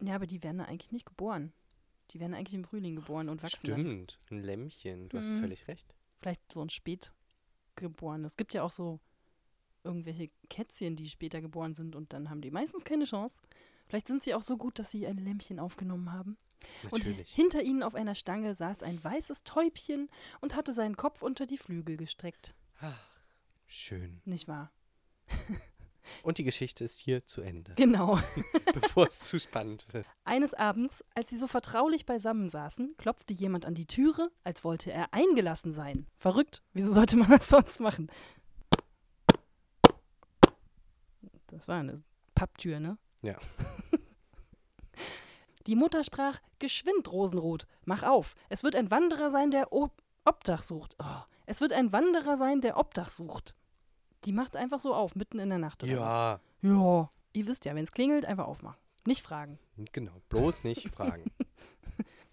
Speaker 2: Ja, aber die werden da eigentlich nicht geboren. Die werden eigentlich im Frühling geboren und wachsen dann
Speaker 1: Stimmt. Ein Lämmchen. Du hast
Speaker 2: Mhm.
Speaker 1: völlig recht.
Speaker 2: vielleicht so ein Spätgeborenes. Es gibt ja auch so irgendwelche Kätzchen, die später geboren sind und dann haben die meistens keine Chance. Vielleicht sind sie auch so gut, dass sie ein Lämmchen aufgenommen haben. Und
Speaker 1: Natürlich.
Speaker 2: hinter ihnen auf einer Stange saß ein weißes Täubchen und hatte seinen Kopf unter die Flügel gestreckt.
Speaker 1: Ach, schön.
Speaker 2: Nicht wahr?
Speaker 1: Und die Geschichte ist hier zu Ende,
Speaker 2: Genau.
Speaker 1: bevor es zu spannend wird.
Speaker 2: Eines Abends, als sie so vertraulich beisammen saßen, klopfte jemand an die Türe, als wollte er eingelassen sein. Verrückt, wieso sollte man das sonst machen? Das war eine Papptür, ne?
Speaker 1: Ja.
Speaker 2: Die Mutter sprach: Geschwind, Rosenrot, mach auf. Es wird ein Wanderer sein, der O- Obdach sucht. Oh. Es wird ein Wanderer sein, der Obdach sucht. Die macht einfach so auf, mitten in der Nacht. Oder
Speaker 1: Ja,
Speaker 2: Was? Ja. Ihr wisst ja, wenn es klingelt, einfach aufmachen. Nicht fragen.
Speaker 1: genau. Bloß nicht fragen.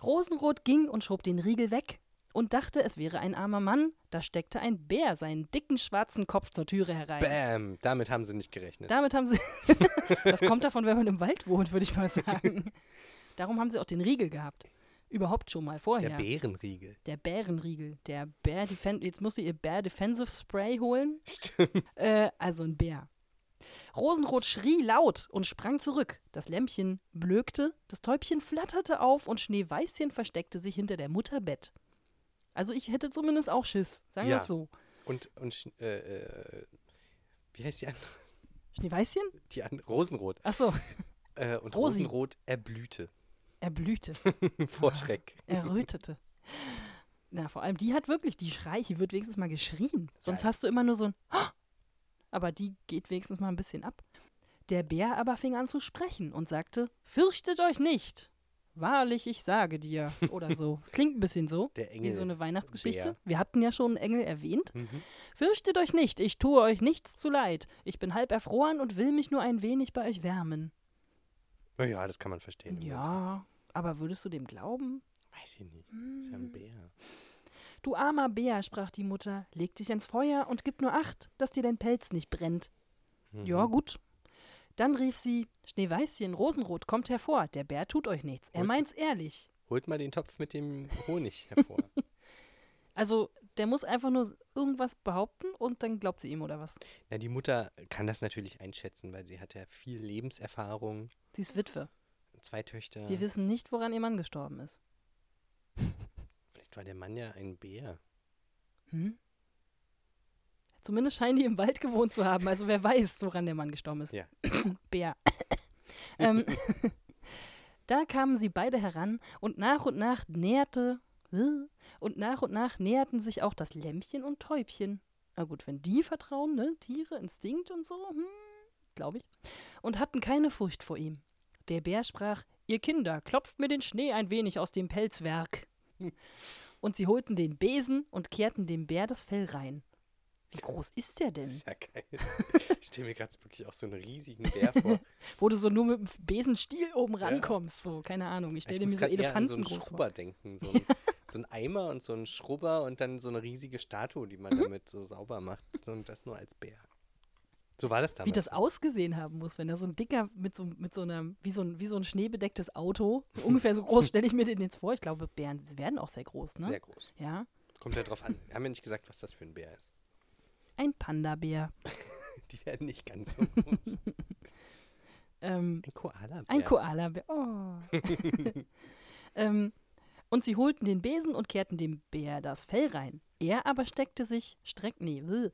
Speaker 2: Rosenrot ging und schob den Riegel weg und dachte, es wäre ein armer Mann. Da steckte ein Bär seinen dicken schwarzen Kopf zur Türe herein.
Speaker 1: Bam, damit haben sie nicht gerechnet.
Speaker 2: Damit haben sie. das kommt davon, wenn man im Wald wohnt, würde ich mal sagen. Darum haben sie auch den Riegel gehabt. Überhaupt schon mal vorher.
Speaker 1: Der Bärenriegel.
Speaker 2: Der Bärenriegel. Der Bär Defen Jetzt muss sie ihr Bär Defensive Spray holen.
Speaker 1: Stimmt.
Speaker 2: Äh, also ein Bär. Rosenrot schrie laut und sprang zurück. Das Lämpchen blökte, das Täubchen flatterte auf und Schneeweißchen versteckte sich hinter der Mutter Bett. Also ich hätte zumindest auch Schiss, sagen wir
Speaker 1: Ja.
Speaker 2: es so.
Speaker 1: Und, und Sch- äh, äh, wie heißt die andere?
Speaker 2: Schneeweißchen?
Speaker 1: Die andere? Rosenrot.
Speaker 2: Achso,
Speaker 1: Äh, und
Speaker 2: Rosi.
Speaker 1: Rosenrot erblühte
Speaker 2: er blühte,
Speaker 1: vor Schreck.
Speaker 2: er rötete. Na, vor allem, die hat wirklich, die schrei, hier wird wenigstens mal geschrien. Sonst
Speaker 1: Geil.
Speaker 2: hast du immer nur so ein Aber die geht wenigstens mal ein bisschen ab. Der Bär aber fing an zu sprechen und sagte, fürchtet euch nicht. Wahrlich, ich sage dir. Oder so. Es klingt ein bisschen so.
Speaker 1: Der Engel.
Speaker 2: Wie so eine Weihnachtsgeschichte.
Speaker 1: Bär.
Speaker 2: Wir hatten ja schon einen Engel erwähnt.
Speaker 1: mhm.
Speaker 2: Fürchtet euch nicht, ich tue euch nichts zu leid. Ich bin halb erfroren und will mich nur ein wenig bei euch wärmen.
Speaker 1: Na Oh Ja, das kann man verstehen.
Speaker 2: Ja, aber würdest du dem glauben? Hm.
Speaker 1: Weiß ich nicht. Ist ja
Speaker 2: Mhm.
Speaker 1: ein Bär.
Speaker 2: Du armer Bär, sprach die Mutter, leg dich ans Feuer und gib nur acht, dass dir dein Pelz nicht brennt.
Speaker 1: Mhm.
Speaker 2: Ja, gut. Dann rief sie: Schneeweißchen, Rosenrot, kommt hervor. Der Bär tut euch nichts. Er
Speaker 1: Und-
Speaker 2: meint's ehrlich.
Speaker 1: Holt mal den Topf mit dem Honig hervor.
Speaker 2: Also, der muss einfach nur irgendwas behaupten und dann glaubt sie ihm oder was.
Speaker 1: Na, die Mutter kann das natürlich einschätzen, weil sie hat ja viel Lebenserfahrung.
Speaker 2: Sie ist Witwe.
Speaker 1: Zwei Töchter.
Speaker 2: Wir wissen nicht, woran ihr Mann gestorben ist.
Speaker 1: Vielleicht war der Mann ja ein Bär.
Speaker 2: Hm? Zumindest scheinen die im Wald gewohnt zu haben. Also, wer weiß, woran der Mann gestorben ist.
Speaker 1: Ja.
Speaker 2: Bär. ähm, da kamen sie beide heran und nach und nach näherte äh, und nach und nach näherten sich auch das Lämpchen und Täubchen. Na gut, wenn die vertrauen, ne? Tiere, Instinkt und so, hm, glaube ich. Und hatten keine Furcht vor ihm. Der Bär sprach, ihr Kinder, klopft mir den Schnee ein wenig aus dem Pelzwerk. Und sie holten den Besen und kehrten dem Bär das Fell rein. Wie groß ist der denn?
Speaker 1: Ist ja geil. ich stelle mir gerade wirklich auch so einen riesigen Bär vor.
Speaker 2: wo du so nur mit dem Besenstiel oben
Speaker 1: Ja.
Speaker 2: rankommst. So, keine Ahnung. Ich
Speaker 1: Ich
Speaker 2: stelle
Speaker 1: muss
Speaker 2: mir so
Speaker 1: gerade eher an so
Speaker 2: Elefanten
Speaker 1: einen
Speaker 2: groß vor.
Speaker 1: Schrubber denken. So ein, so ein Eimer und so ein Schrubber und dann so eine riesige Statue, die
Speaker 2: Mhm.
Speaker 1: man damit so sauber macht. So, Und das nur als Bär. So war das damals.
Speaker 2: Wie das ausgesehen haben muss, wenn da so ein dicker mit so, mit so einem, wie so ein, wie so ein schneebedecktes Auto, so ungefähr so groß stelle ich mir den jetzt vor. Ich glaube, Bären werden auch sehr groß, ne?
Speaker 1: Sehr groß.
Speaker 2: ja.
Speaker 1: Kommt ja drauf an. Haben wir nicht gesagt, was das für ein Bär ist.
Speaker 2: ein Panda-Bär.
Speaker 1: Die werden nicht ganz so groß.
Speaker 2: Ähm,
Speaker 1: Ein Koala.
Speaker 2: ein Koala-Bär. Oh. ähm, und sie holten den Besen und kehrten dem Bär das Fell rein. Er aber steckte sich, streck, nee, will.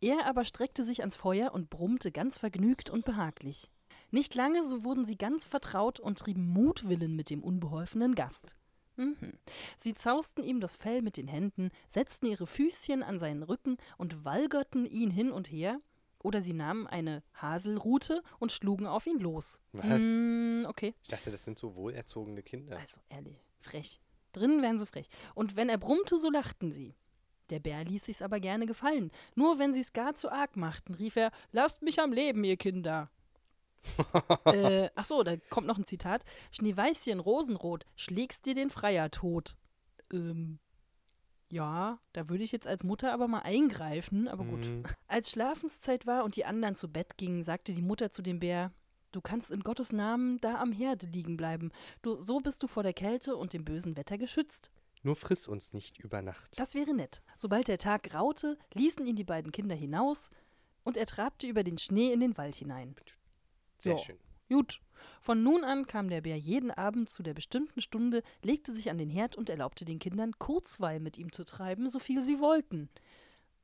Speaker 2: Er aber streckte sich ans Feuer und brummte ganz vergnügt und behaglich. Nicht lange, so wurden sie ganz vertraut und trieben Mutwillen mit dem unbeholfenen Gast. Mhm. Sie zausten ihm das Fell mit den Händen, setzten ihre Füßchen an seinen Rücken und walgerten ihn hin und her, oder sie nahmen eine Haselrute und schlugen auf ihn los.
Speaker 1: Was?
Speaker 2: Mm, okay.
Speaker 1: Ich dachte, das sind so wohlerzogene Kinder.
Speaker 2: Also ehrlich, frech. Drinnen wären sie frech. Und wenn er brummte, so lachten sie. Der Bär ließ sich's aber gerne gefallen. Nur wenn sie's gar zu arg machten, rief er: Lasst mich am Leben, ihr Kinder! äh, ach so, da kommt noch ein Zitat. Schneeweißchen, Rosenrot, schlägst dir den Freier tot. Ähm, ja, da würde ich jetzt als Mutter aber mal eingreifen, aber gut.
Speaker 1: Mhm.
Speaker 2: Als Schlafenszeit war und die anderen zu Bett gingen, sagte die Mutter zu dem Bär, Du kannst in Gottes Namen da am Herde liegen bleiben. Du, so bist du vor der Kälte und dem bösen Wetter geschützt.
Speaker 1: Nur friss uns nicht über Nacht.
Speaker 2: Das wäre nett. Sobald der Tag graute, ließen ihn die beiden Kinder hinaus und er trabte über den Schnee in den Wald hinein.
Speaker 1: Sehr
Speaker 2: ja.
Speaker 1: schön.
Speaker 2: Gut. Von nun an kam der Bär jeden Abend zu der bestimmten Stunde, legte sich an den Herd und erlaubte den Kindern Kurzweil mit ihm zu treiben, so viel sie wollten.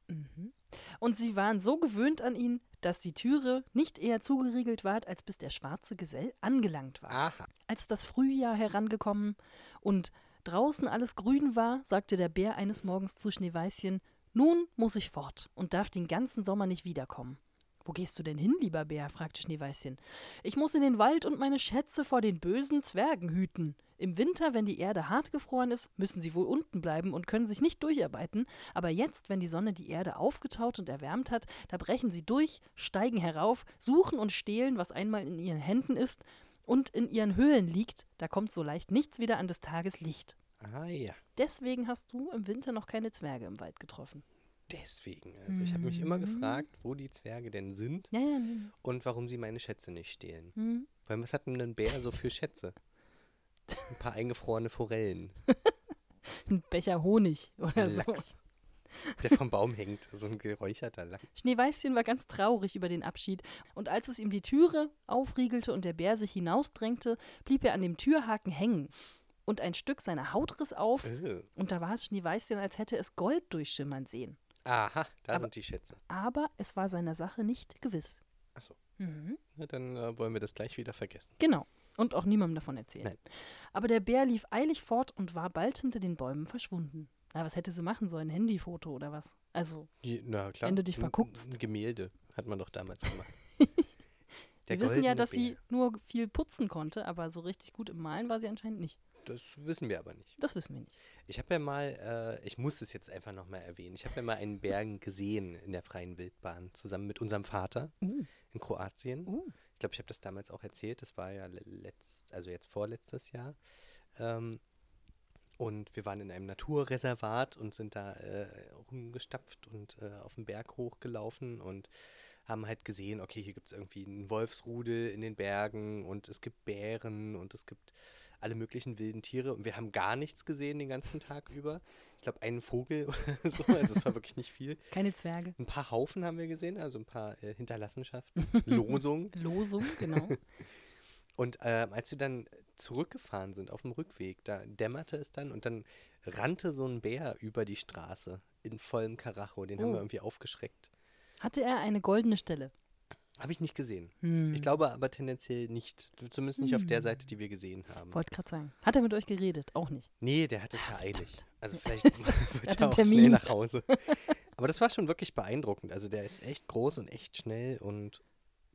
Speaker 2: Mhm. Und sie waren so gewöhnt an ihn, dass die Türe nicht eher zugeriegelt ward, als bis der schwarze Gesell angelangt war.
Speaker 1: Aha.
Speaker 2: Als das Frühjahr herangekommen und draußen alles grün war, sagte der Bär eines Morgens zu Schneeweißchen, nun muss ich fort und darf den ganzen Sommer nicht wiederkommen. Wo gehst du denn hin, lieber Bär? fragte Schneeweißchen. Ich muss in den Wald und meine Schätze vor den bösen Zwergen hüten. Im Winter, wenn die Erde hart gefroren ist, müssen sie wohl unten bleiben und können sich nicht durcharbeiten, aber jetzt, wenn die Sonne die Erde aufgetaut und erwärmt hat, da brechen sie durch, steigen herauf, suchen und stehlen, was einmal in ihren Händen ist und in ihren Höhlen liegt, da kommt so leicht nichts wieder an des Tages Licht.
Speaker 1: Ah ja.
Speaker 2: Deswegen hast du im Winter noch keine Zwerge im Wald getroffen.
Speaker 1: Deswegen. Also ich habe mich
Speaker 2: Mm.
Speaker 1: immer gefragt, wo die Zwerge denn sind
Speaker 2: Ja, ja.
Speaker 1: und warum sie meine Schätze nicht stehlen.
Speaker 2: Hm.
Speaker 1: Weil was hat denn ein Bär so für Schätze? Ein paar eingefrorene Forellen,
Speaker 2: Ein Becher Honig oder
Speaker 1: ein
Speaker 2: so.
Speaker 1: Lachs, der vom Baum hängt, so ein geräucherter Lachs.
Speaker 2: Schneeweißchen war ganz traurig über den Abschied, und als es ihm die Türe aufriegelte und der Bär sich hinausdrängte, blieb er an dem Türhaken hängen. Und ein Stück seiner Haut riss auf,
Speaker 1: Äh.
Speaker 2: und da war es Schneeweißchen, als hätte es Gold durchschimmern sehen.
Speaker 1: Aha, da
Speaker 2: Aber-
Speaker 1: sind die Schätze.
Speaker 2: Aber es war seiner Sache nicht gewiss.
Speaker 1: Ach so.
Speaker 2: Mhm.
Speaker 1: Na, dann äh, wollen wir das gleich wieder vergessen.
Speaker 2: Genau. Und auch niemandem davon erzählen.
Speaker 1: Nein.
Speaker 2: Aber der Bär lief eilig fort und war bald hinter den Bäumen verschwunden. Na, was hätte sie machen sollen? Ein Handyfoto oder was? Also,
Speaker 1: Je, na klar.
Speaker 2: Wenn du dich
Speaker 1: ein-
Speaker 2: verguckst.
Speaker 1: Ein Gemälde hat man doch damals gemacht. Der
Speaker 2: wir wissen ja,
Speaker 1: goldene
Speaker 2: dass
Speaker 1: Bär.
Speaker 2: sie nur viel putzen konnte, aber so richtig gut im Malen war sie anscheinend nicht.
Speaker 1: Das wissen wir aber nicht.
Speaker 2: Das wissen wir nicht.
Speaker 1: Ich habe ja mal, äh, ich muss es jetzt einfach nochmal erwähnen, ich habe ja mal einen Bergen gesehen in der freien Wildbahn, zusammen mit unserem Vater
Speaker 2: Uh,
Speaker 1: in Kroatien.
Speaker 2: uh.
Speaker 1: Ich glaube, ich habe das damals auch erzählt. Das war ja le- letzt, also jetzt vorletztes Jahr. Ähm, und wir waren in einem Naturreservat und sind da äh, rumgestapft und äh, auf den Berg hochgelaufen und haben halt gesehen, okay, hier gibt es irgendwie einen Wolfsrudel in den Bergen und es gibt Bären und es gibt alle möglichen wilden Tiere und wir haben gar nichts gesehen den ganzen Tag über. Ich glaube, einen Vogel oder so, also es war wirklich nicht viel.
Speaker 2: Keine Zwerge.
Speaker 1: Ein paar Haufen haben wir gesehen, also ein paar äh, Hinterlassenschaften, Losungen.
Speaker 2: Losung, genau.
Speaker 1: Und ähm, als wir dann zurückgefahren sind auf dem Rückweg, da dämmerte es dann und dann rannte so ein Bär über die Straße in vollem Karacho. Den haben
Speaker 2: Oh.
Speaker 1: wir irgendwie aufgeschreckt.
Speaker 2: Hatte er eine goldene Stelle?
Speaker 1: Habe ich nicht gesehen.
Speaker 2: Hm.
Speaker 1: Ich glaube aber tendenziell nicht. Zumindest nicht auf der
Speaker 2: Mhm.
Speaker 1: Seite, die wir gesehen haben.
Speaker 2: Wollte gerade sagen. Hat er mit euch geredet? Auch nicht.
Speaker 1: Nee, der hat es ja
Speaker 2: Ah, verdammt.
Speaker 1: eilig. Also vielleicht
Speaker 2: hat
Speaker 1: wird er
Speaker 2: einen
Speaker 1: auch schnell
Speaker 2: Termin.
Speaker 1: nach Hause. Aber das war schon wirklich beeindruckend. Also der ist echt groß und echt schnell und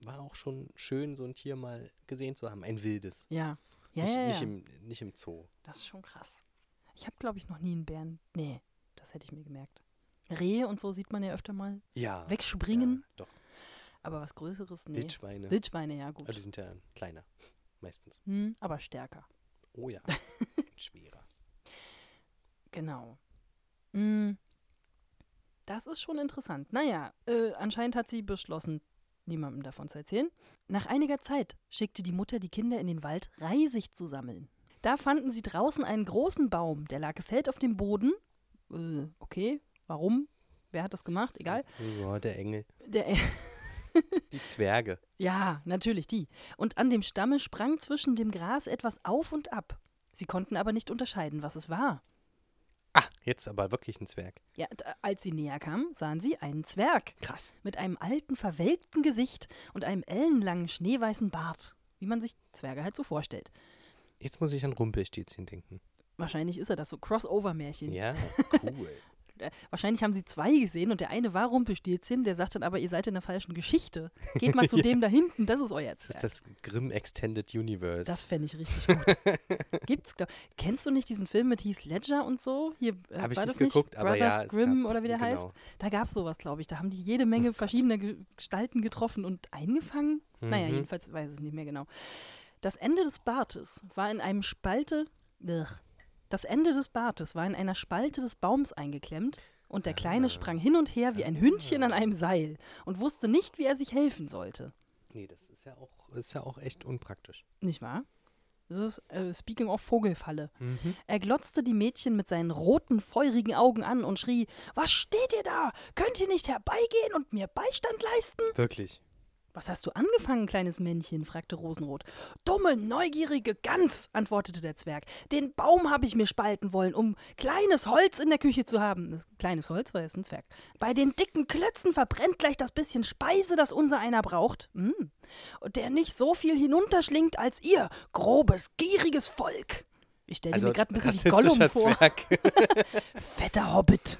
Speaker 1: war auch schon schön, so ein Tier mal gesehen zu haben. Ein wildes.
Speaker 2: Ja. Ja,
Speaker 1: nicht,
Speaker 2: ja,
Speaker 1: nicht,
Speaker 2: ja.
Speaker 1: Im, nicht im Zoo.
Speaker 2: Das ist schon krass. Ich habe, glaube ich, noch nie einen Bären. Nee, das hätte ich mir gemerkt. Rehe und so sieht man ja öfter mal.
Speaker 1: Ja.
Speaker 2: Wegspringen.
Speaker 1: Ja, Also doch.
Speaker 2: Aber was Größeres, nee.
Speaker 1: Wildschweine.
Speaker 2: Wildschweine, ja, gut.
Speaker 1: Aber die sind ja kleiner, meistens.
Speaker 2: Hm, aber stärker.
Speaker 1: Oh ja, schwerer.
Speaker 2: Genau. Hm, das ist schon interessant. Naja, äh, anscheinend hat sie beschlossen, niemandem davon zu erzählen. Nach einiger Zeit schickte die Mutter die Kinder in den Wald, Reisig zu sammeln. Da fanden sie draußen einen großen Baum, der lag gefällt auf dem Boden. Äh, okay, warum? Wer hat das gemacht? Egal.
Speaker 1: Ja, der Engel.
Speaker 2: Der Engel.
Speaker 1: Die Zwerge.
Speaker 2: Ja, natürlich die. Und an dem Stamme sprang zwischen dem Gras etwas auf und ab. Sie konnten aber nicht unterscheiden, was es war.
Speaker 1: Ah, jetzt aber wirklich ein Zwerg.
Speaker 2: Ja, d- als sie näher kamen, sahen sie einen Zwerg
Speaker 1: Krass.
Speaker 2: mit einem alten, verwelkten Gesicht und einem ellenlangen, schneeweißen Bart, wie man sich Zwerge halt so vorstellt.
Speaker 1: Jetzt muss ich an Rumpelstilzchen denken.
Speaker 2: Wahrscheinlich ist er das so Crossover-Märchen.
Speaker 1: Ja, cool.
Speaker 2: Äh, Wahrscheinlich haben sie zwei gesehen und der eine war Rumpelstilzchen, der sagt dann aber, ihr seid in der falschen Geschichte. Geht mal zu dem da hinten, das ist euer
Speaker 1: Das
Speaker 2: Zwerg.
Speaker 1: ist das Grimm Extended Universe.
Speaker 2: Das fände ich richtig gut. Gibt's, glaub, kennst du nicht diesen Film mit Heath Ledger und so? Hier äh,
Speaker 1: Hab ich
Speaker 2: war
Speaker 1: nicht
Speaker 2: das
Speaker 1: geguckt, aber
Speaker 2: Brothers
Speaker 1: ja, es
Speaker 2: Grimm
Speaker 1: gab-
Speaker 2: oder wie der
Speaker 1: genau. Oh
Speaker 2: heißt. Da gab es sowas, glaube ich. Da haben die jede Menge verschiedener Ge Gestalten getroffen und eingefangen. Naja,
Speaker 1: Mhm.
Speaker 2: jedenfalls weiß ich es nicht mehr genau. Das Ende des Bartes war in einem Spalte. Ugh. Das Ende des Bartes war in einer Spalte des Baums eingeklemmt und der Kleine
Speaker 1: Ah.
Speaker 2: sprang hin und her wie ein Hündchen an einem Seil und wusste nicht, wie er sich helfen sollte.
Speaker 1: nee, das ist ja auch, ist ja auch echt unpraktisch.
Speaker 2: Nicht wahr? Das ist äh, Speaking of Vogelfalle. Er glotzte die Mädchen mit seinen roten, feurigen Augen an und schrie: Was steht ihr da? Könnt ihr nicht herbeigehen und mir Beistand leisten?
Speaker 1: Wirklich.
Speaker 2: Was hast du angefangen, kleines Männchen? fragte Rosenrot. Dumme, neugierige Gans, antwortete der Zwerg. Den Baum habe ich mir spalten wollen, um kleines Holz in der Küche zu haben. Das kleines Holz war jetzt ein Zwerg. Bei den dicken Klötzen verbrennt gleich das bisschen Speise, das unser einer braucht. Mm. Und der nicht so viel hinunterschlingt als ihr, grobes, gieriges Volk. Ich stelle mir gerade ein bisschen wie Gollum
Speaker 1: Also rassistischer
Speaker 2: vor.
Speaker 1: Zwerg.
Speaker 2: Fetter Hobbit.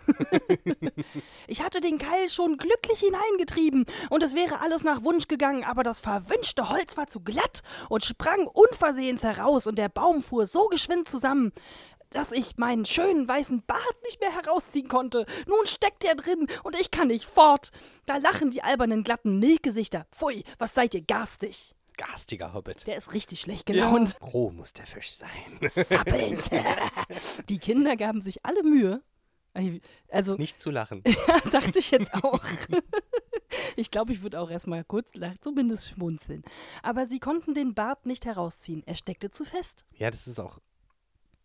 Speaker 2: ich hatte den Keil schon glücklich hineingetrieben und es wäre alles nach Wunsch gegangen, aber das verwünschte Holz war zu glatt und sprang unversehens heraus und der Baum fuhr so geschwind zusammen, dass ich meinen schönen weißen Bart nicht mehr herausziehen konnte. Nun steckt er drin und ich kann nicht fort. Da lachen die albernen glatten Milchgesichter. Pfui, was seid ihr garstig?
Speaker 1: Garstiger Hobbit.
Speaker 2: Der ist richtig schlecht gelaunt.
Speaker 1: Roh muss der Fisch sein.
Speaker 2: Zappelnd. die Kinder gaben sich alle Mühe. Also
Speaker 1: Nicht zu lachen.
Speaker 2: dachte ich jetzt auch. ich glaube, ich würde auch erstmal kurz lachen, zumindest schmunzeln. Aber sie konnten den Bart nicht herausziehen. Er steckte zu fest.
Speaker 1: Ja, das ist auch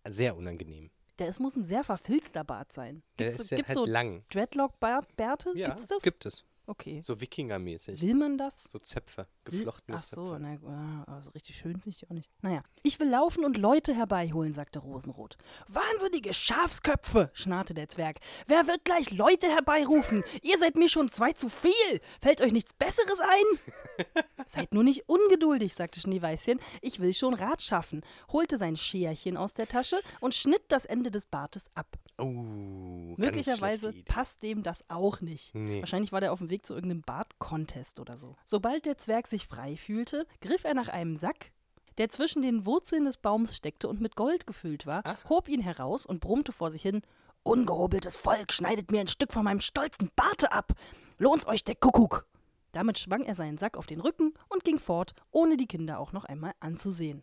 Speaker 1: sehr unangenehm.
Speaker 2: Der, es muss ein sehr verfilzter Bart sein.
Speaker 1: Der
Speaker 2: Gibt's,
Speaker 1: ist ja
Speaker 2: gibt's
Speaker 1: halt
Speaker 2: so
Speaker 1: lang.
Speaker 2: Dreadlock-Bärte?
Speaker 1: Ja,
Speaker 2: gibt's das?
Speaker 1: gibt es.
Speaker 2: okay.
Speaker 1: So Wikingermäßig.
Speaker 2: Will man das?
Speaker 1: So Zöpfe,
Speaker 2: Will-
Speaker 1: geflochtene
Speaker 2: Ach so,
Speaker 1: Zöpfe.
Speaker 2: na, ah, also richtig schön finde ich die auch nicht. Naja. Ich will laufen und Leute herbeiholen, sagte Rosenrot. Wahnsinnige Schafsköpfe, schnarrte der Zwerg. Wer wird gleich Leute herbeirufen? Ihr seid mir schon zwei zu viel. Fällt euch nichts Besseres ein? seid nur nicht ungeduldig, sagte Schneeweißchen. Ich will schon Rat schaffen, holte sein Scherchen aus der Tasche und schnitt das Ende des Bartes ab.
Speaker 1: Oh, ganz
Speaker 2: Möglicherweise
Speaker 1: schlechte Idee.
Speaker 2: passt dem das auch nicht.
Speaker 1: Nee.
Speaker 2: Wahrscheinlich war der auf dem Weg zu irgendeinem Bart-Contest oder so. Sobald der Zwerg sich frei fühlte, griff er nach einem Sack, der zwischen den Wurzeln des Baums steckte und mit Gold gefüllt war, hob ihn heraus und brummte vor sich hin: Ungehobeltes Volk, schneidet mir ein Stück von meinem stolzen Barte ab! Lohnt's euch der Kuckuck! Damit schwang er seinen Sack auf den Rücken und ging fort, ohne die Kinder auch noch einmal anzusehen.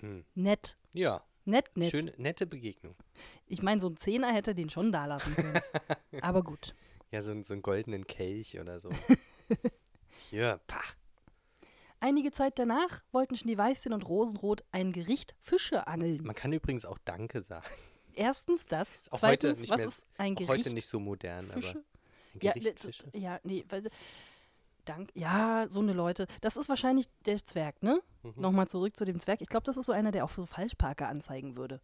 Speaker 1: Hm.
Speaker 2: Nett,
Speaker 1: Ja,
Speaker 2: nett, nett.
Speaker 1: schöne, nette Begegnung.
Speaker 2: Ich meine, so ein Zehner hätte den schon da lassen können. Aber gut.
Speaker 1: Ja, so, ein- so einen goldenen Kelch oder so. Hier, pach.
Speaker 2: Einige Zeit danach wollten Schneeweißchen und Rosenrot ein Gericht Fische angeln.
Speaker 1: Man kann übrigens auch Danke sagen.
Speaker 2: Erstens das,
Speaker 1: Auch
Speaker 2: zweitens,
Speaker 1: heute nicht
Speaker 2: was
Speaker 1: mehr,
Speaker 2: ist ein
Speaker 1: auch
Speaker 2: Gericht
Speaker 1: heute nicht so modern,
Speaker 2: Fische?
Speaker 1: aber ein
Speaker 2: Ja,
Speaker 1: Gericht
Speaker 2: ne,
Speaker 1: Fische.
Speaker 2: ja, nee, weil, dank, ja, so eine Leute. Das ist wahrscheinlich der Zwerg, ne?
Speaker 1: Mhm.
Speaker 2: Nochmal zurück zu dem Zwerg. Ich glaube, das ist so einer, der auch so Falschparker anzeigen würde.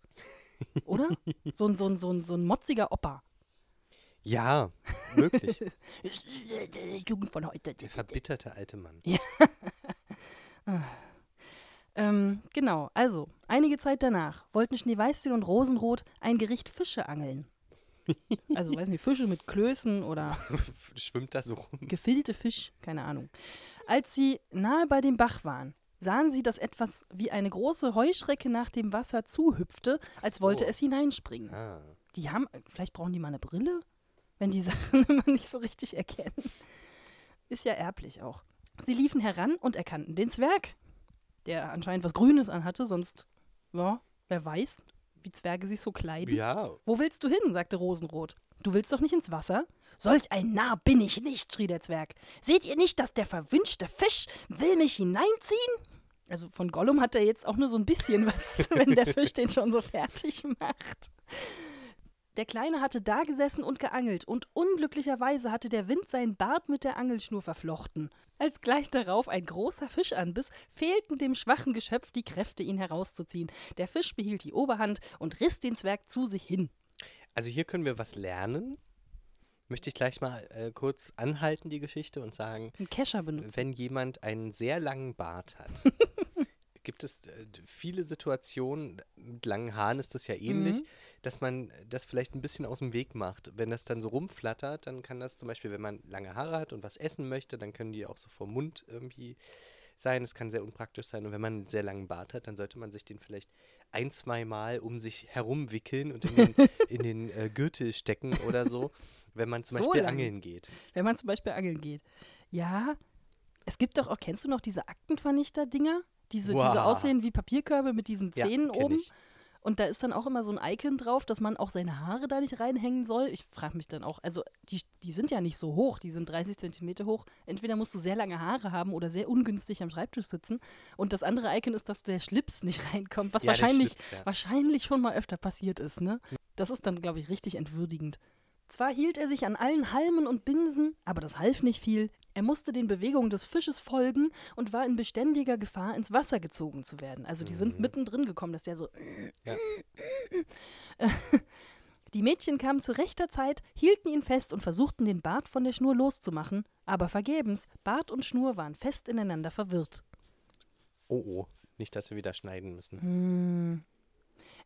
Speaker 2: Oder? so, ein, so, ein, so, ein, so ein motziger Opa.
Speaker 1: Ja, möglich.
Speaker 2: Jugend von heute.
Speaker 1: Der verbitterte alte Mann.
Speaker 2: Ähm, genau, also, einige Zeit danach wollten Schneeweißchen und Rosenrot ein Gericht Fische angeln. Also, weiß nicht, Fische mit Klößen oder
Speaker 1: Schwimmt da so rum.
Speaker 2: gefilte Fisch, keine Ahnung. Als sie nahe bei dem Bach waren, sahen sie, dass etwas wie eine große Heuschrecke nach dem Wasser zuhüpfte, als wollte
Speaker 1: so.
Speaker 2: es hineinspringen.
Speaker 1: Ah,
Speaker 2: Die haben, vielleicht brauchen die mal eine Brille, wenn die Sachen immer nicht so richtig erkennen. Ist ja erblich auch. Sie liefen heran und erkannten den Zwerg, der anscheinend was Grünes anhatte, sonst, ja, wer weiß, wie Zwerge sich so kleiden.
Speaker 1: ja,
Speaker 2: Wo willst du hin? sagte Rosenrot. Du willst doch nicht ins Wasser? Solch ein Narr bin ich nicht, schrie der Zwerg. Seht ihr nicht, dass der verwünschte Fisch will mich hineinziehen? Also von Gollum hat er jetzt auch nur so ein bisschen was, wenn der Fisch den schon so fertig macht. Der Kleine hatte da gesessen und geangelt, und unglücklicherweise hatte der Wind seinen Bart mit der Angelschnur verflochten. Als gleich darauf ein großer Fisch anbiss, fehlten dem schwachen Geschöpf die Kräfte, ihn herauszuziehen. Der Fisch behielt die Oberhand und riss den Zwerg zu sich hin.
Speaker 1: Also hier können wir was lernen. Möchte ich gleich mal äh, kurz anhalten, die Geschichte, und sagen,
Speaker 2: Ein Kescher benutzt.
Speaker 1: wenn jemand einen sehr langen Bart hat, gibt es äh, d- viele Situationen, mit langen Haaren ist das ja ähnlich,
Speaker 2: Mhm.
Speaker 1: dass man das vielleicht ein bisschen aus dem Weg macht. Wenn das dann so rumflattert, dann kann das zum Beispiel, wenn man lange Haare hat und was essen möchte, dann können die auch so vor Mund irgendwie sein. Es kann sehr unpraktisch sein. Und wenn man einen sehr langen Bart hat, dann sollte man sich den vielleicht ein, zweimal um sich herumwickeln und in den, in den äh, Gürtel stecken oder so, wenn man zum
Speaker 2: So
Speaker 1: Beispiel
Speaker 2: lang.
Speaker 1: angeln geht.
Speaker 2: Wenn man zum Beispiel angeln geht. Ja, es gibt doch auch, kennst du noch diese Aktenvernichter-Dinger? Diese,
Speaker 1: Wow.
Speaker 2: diese aussehen wie Papierkörbe mit diesen
Speaker 1: Ja,
Speaker 2: Zähnen
Speaker 1: kenn
Speaker 2: oben.
Speaker 1: ich.
Speaker 2: Und da ist dann auch immer so ein Icon drauf, dass man auch seine Haare da nicht reinhängen soll. Ich frage mich dann auch, also die, die sind ja nicht so hoch, die sind 30 Zentimeter hoch. Entweder musst du sehr lange Haare haben oder sehr ungünstig am Schreibtisch sitzen. Und das andere Icon ist, dass der Schlips nicht reinkommt, was
Speaker 1: Ja, der
Speaker 2: wahrscheinlich,
Speaker 1: Schlips, ja.
Speaker 2: wahrscheinlich schon mal öfter passiert ist. Ne? Das ist dann, glaube ich, richtig entwürdigend. Zwar hielt er sich an allen Halmen und Binsen, aber das half nicht viel. Er musste den Bewegungen des Fisches folgen und war in beständiger Gefahr, ins Wasser gezogen zu werden. Also die sind mittendrin gekommen, dass der so die Mädchen kamen zu rechter Zeit, hielten ihn fest und versuchten, den Bart von der Schnur loszumachen, aber vergebens, Bart und Schnur waren fest ineinander verwirrt.
Speaker 1: Oh, oh. Nicht, dass wir wieder schneiden müssen.
Speaker 2: Mhm.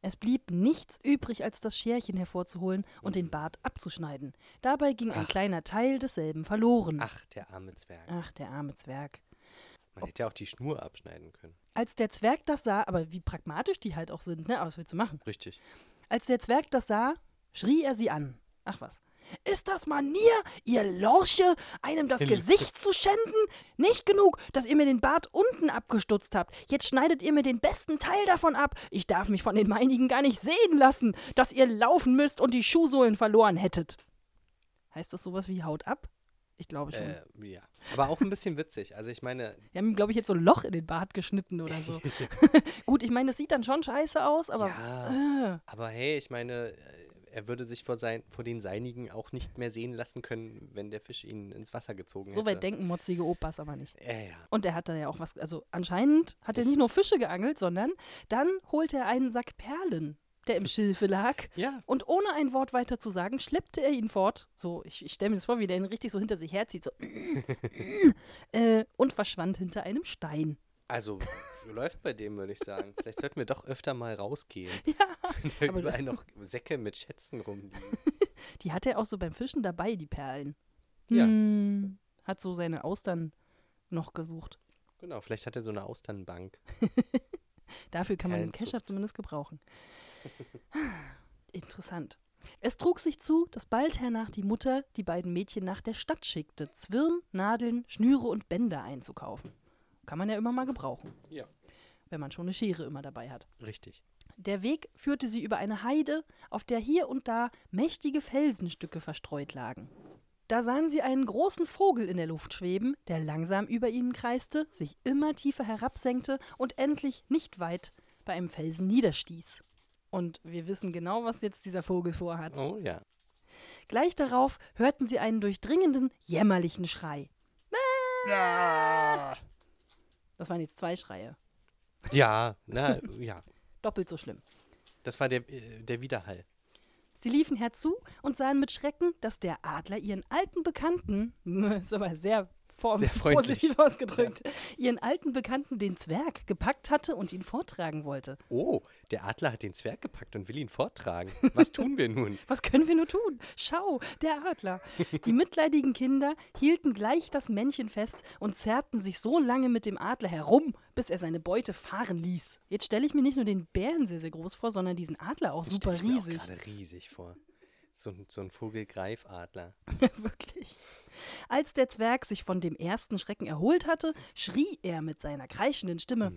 Speaker 2: Es blieb nichts übrig, als das Scherchen hervorzuholen und den Bart abzuschneiden. Dabei ging ein kleiner Teil desselben verloren.
Speaker 1: Ach, der arme Zwerg.
Speaker 2: Ach, der arme Zwerg.
Speaker 1: Man hätte ja auch die Schnur abschneiden können.
Speaker 2: Als der Zwerg das sah, aber wie pragmatisch die halt auch sind, ne? Aber was willst du machen?
Speaker 1: Richtig.
Speaker 2: Als der Zwerg das sah, schrie er sie an. Ach was. Ist das Manier, ihr Lorche, einem das Gesicht zu schänden? Nicht genug, dass ihr mir den Bart unten abgestutzt habt. Jetzt schneidet ihr mir den besten Teil davon ab. Ich darf mich von den meinigen gar nicht sehen lassen, dass ihr laufen müsst und die Schuhsohlen verloren hättet. Heißt das sowas wie Haut ab? Ich glaube schon.
Speaker 1: Äh, ja. Aber auch ein bisschen witzig. Also ich meine,
Speaker 2: Die haben ihm, glaube ich, jetzt so ein Loch in den Bart geschnitten oder so. Gut, ich meine, das sieht dann schon scheiße aus, aber äh.
Speaker 1: ja. Aber hey, ich meine, äh, er würde sich vor, sein, vor den Seinigen auch nicht mehr sehen lassen können, wenn der Fisch ihn ins Wasser gezogen
Speaker 2: so
Speaker 1: hätte.
Speaker 2: weit denken motzige Opas aber nicht.
Speaker 1: Ja, ja.
Speaker 2: Und er hat da ja auch was, also anscheinend hat er nicht nur Fische geangelt, sondern dann holte er einen Sack Perlen, der im Schilfe lag.
Speaker 1: Ja.
Speaker 2: Und ohne ein Wort weiter zu sagen, schleppte er ihn fort. So, ich, ich stelle mir das vor, wie der ihn richtig so hinter sich herzieht, so. äh, und verschwand hinter einem Stein.
Speaker 1: Also läuft bei dem, würde ich sagen. Vielleicht sollten wir doch öfter mal rausgehen.
Speaker 2: Ja.
Speaker 1: Da
Speaker 2: Aber-
Speaker 1: überall noch Säcke mit Schätzen rumliegen.
Speaker 2: Die hat er auch so beim Fischen dabei, die Perlen.
Speaker 1: Ja.
Speaker 2: Hm, hat so seine Austern noch gesucht.
Speaker 1: Genau, vielleicht hat er so eine Austernbank.
Speaker 2: Dafür kann man den
Speaker 1: Perlenzucht.
Speaker 2: Kescher zumindest gebrauchen. Interessant. Es trug sich zu, dass bald hernach die Mutter die beiden Mädchen nach der Stadt schickte, Zwirn, Nadeln, Schnüre und Bänder einzukaufen. Kann man ja immer mal gebrauchen,
Speaker 1: Ja.
Speaker 2: wenn man schon eine Schere immer dabei hat.
Speaker 1: Richtig.
Speaker 2: Der Weg führte sie über eine Heide, auf der hier und da mächtige Felsenstücke verstreut lagen. Da sahen sie einen großen Vogel in der Luft schweben, der langsam über ihnen kreiste, sich immer tiefer herabsenkte und endlich nicht weit bei einem Felsen niederstieß. Und wir wissen genau, was jetzt dieser Vogel vorhat.
Speaker 1: Oh ja.
Speaker 2: Gleich darauf hörten sie einen durchdringenden, jämmerlichen Schrei. Das waren jetzt zwei Schreie.
Speaker 1: Ja, na, ja.
Speaker 2: Doppelt so schlimm.
Speaker 1: Das war der, äh, der Widerhall.
Speaker 2: Sie liefen herzu und sahen mit Schrecken, dass der Adler ihren alten Bekannten, ist aber sehr, form-
Speaker 1: Sehr freundlich.
Speaker 2: positiv ausgedrückt, ihren alten Bekannten den Zwerg gepackt hatte und ihn vortragen wollte.
Speaker 1: Oh, der Adler hat den Zwerg gepackt und will ihn vortragen. Was tun wir nun?
Speaker 2: Was können wir nur tun? Schau, der Adler. Die mitleidigen Kinder hielten gleich das Männchen fest und zerrten sich so lange mit dem Adler herum, bis er seine Beute fahren ließ. Jetzt stelle ich mir nicht nur den Bären sehr, sehr groß vor, sondern diesen Adler auch super
Speaker 1: Stell ich mir auch
Speaker 2: riesig.
Speaker 1: gerade riesig vor. So, ein- so ein Vogelgreifadler.
Speaker 2: Wirklich. Als der Zwerg sich von dem ersten Schrecken erholt hatte, schrie er mit seiner kreischenden Stimme: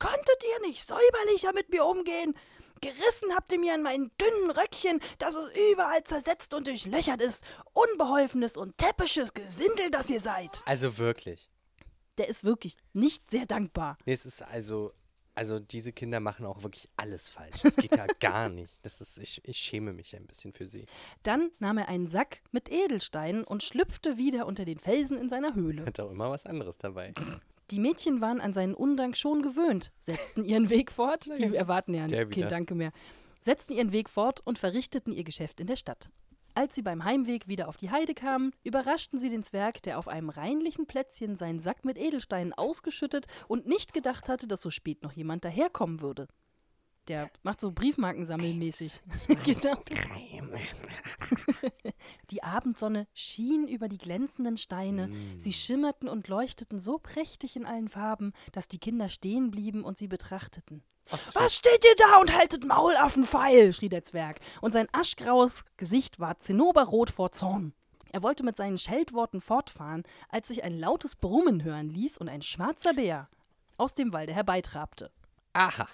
Speaker 2: Konntet ihr nicht säuberlicher mit mir umgehen? Gerissen habt ihr mir an meinen dünnen Röckchen, dass es überall zersetzt und durchlöchert ist. Unbeholfenes und täppisches Gesindel, das ihr seid.
Speaker 1: Also wirklich.
Speaker 2: Der ist wirklich nicht sehr dankbar.
Speaker 1: Nee, es ist also Also diese Kinder machen auch wirklich alles falsch. Das geht ja gar nicht. Das ist, ich, ich schäme mich ein bisschen für sie.
Speaker 2: Dann nahm er einen Sack mit Edelsteinen und schlüpfte wieder unter den Felsen in seiner Höhle.
Speaker 1: Hat auch immer was anderes dabei.
Speaker 2: Die Mädchen waren an seinen Undank schon gewöhnt, setzten ihren Weg fort.
Speaker 1: Na ja,
Speaker 2: Die erwarten ja
Speaker 1: der
Speaker 2: kein
Speaker 1: wieder.
Speaker 2: Danke mehr. Setzten ihren Weg fort und verrichteten ihr Geschäft in der Stadt. Als sie beim Heimweg wieder auf die Heide kamen, überraschten sie den Zwerg, der auf einem reinlichen Plätzchen seinen Sack mit Edelsteinen ausgeschüttet und nicht gedacht hatte, dass so spät noch jemand daherkommen würde. Der macht so Briefmarkensammelmäßig. genau. Die Abendsonne schien über die glänzenden Steine. Sie schimmerten und leuchteten so prächtig in allen Farben, dass die Kinder stehen blieben und sie betrachteten. Was steht ihr da und haltet Maul auf den Pfeil? schrie der Zwerg, und sein aschgraues Gesicht war zinnoberrot vor Zorn. Er wollte mit seinen Scheldworten fortfahren, als sich ein lautes Brummen hören ließ und ein schwarzer Bär aus dem Walde herbeitrabte.
Speaker 1: Aha.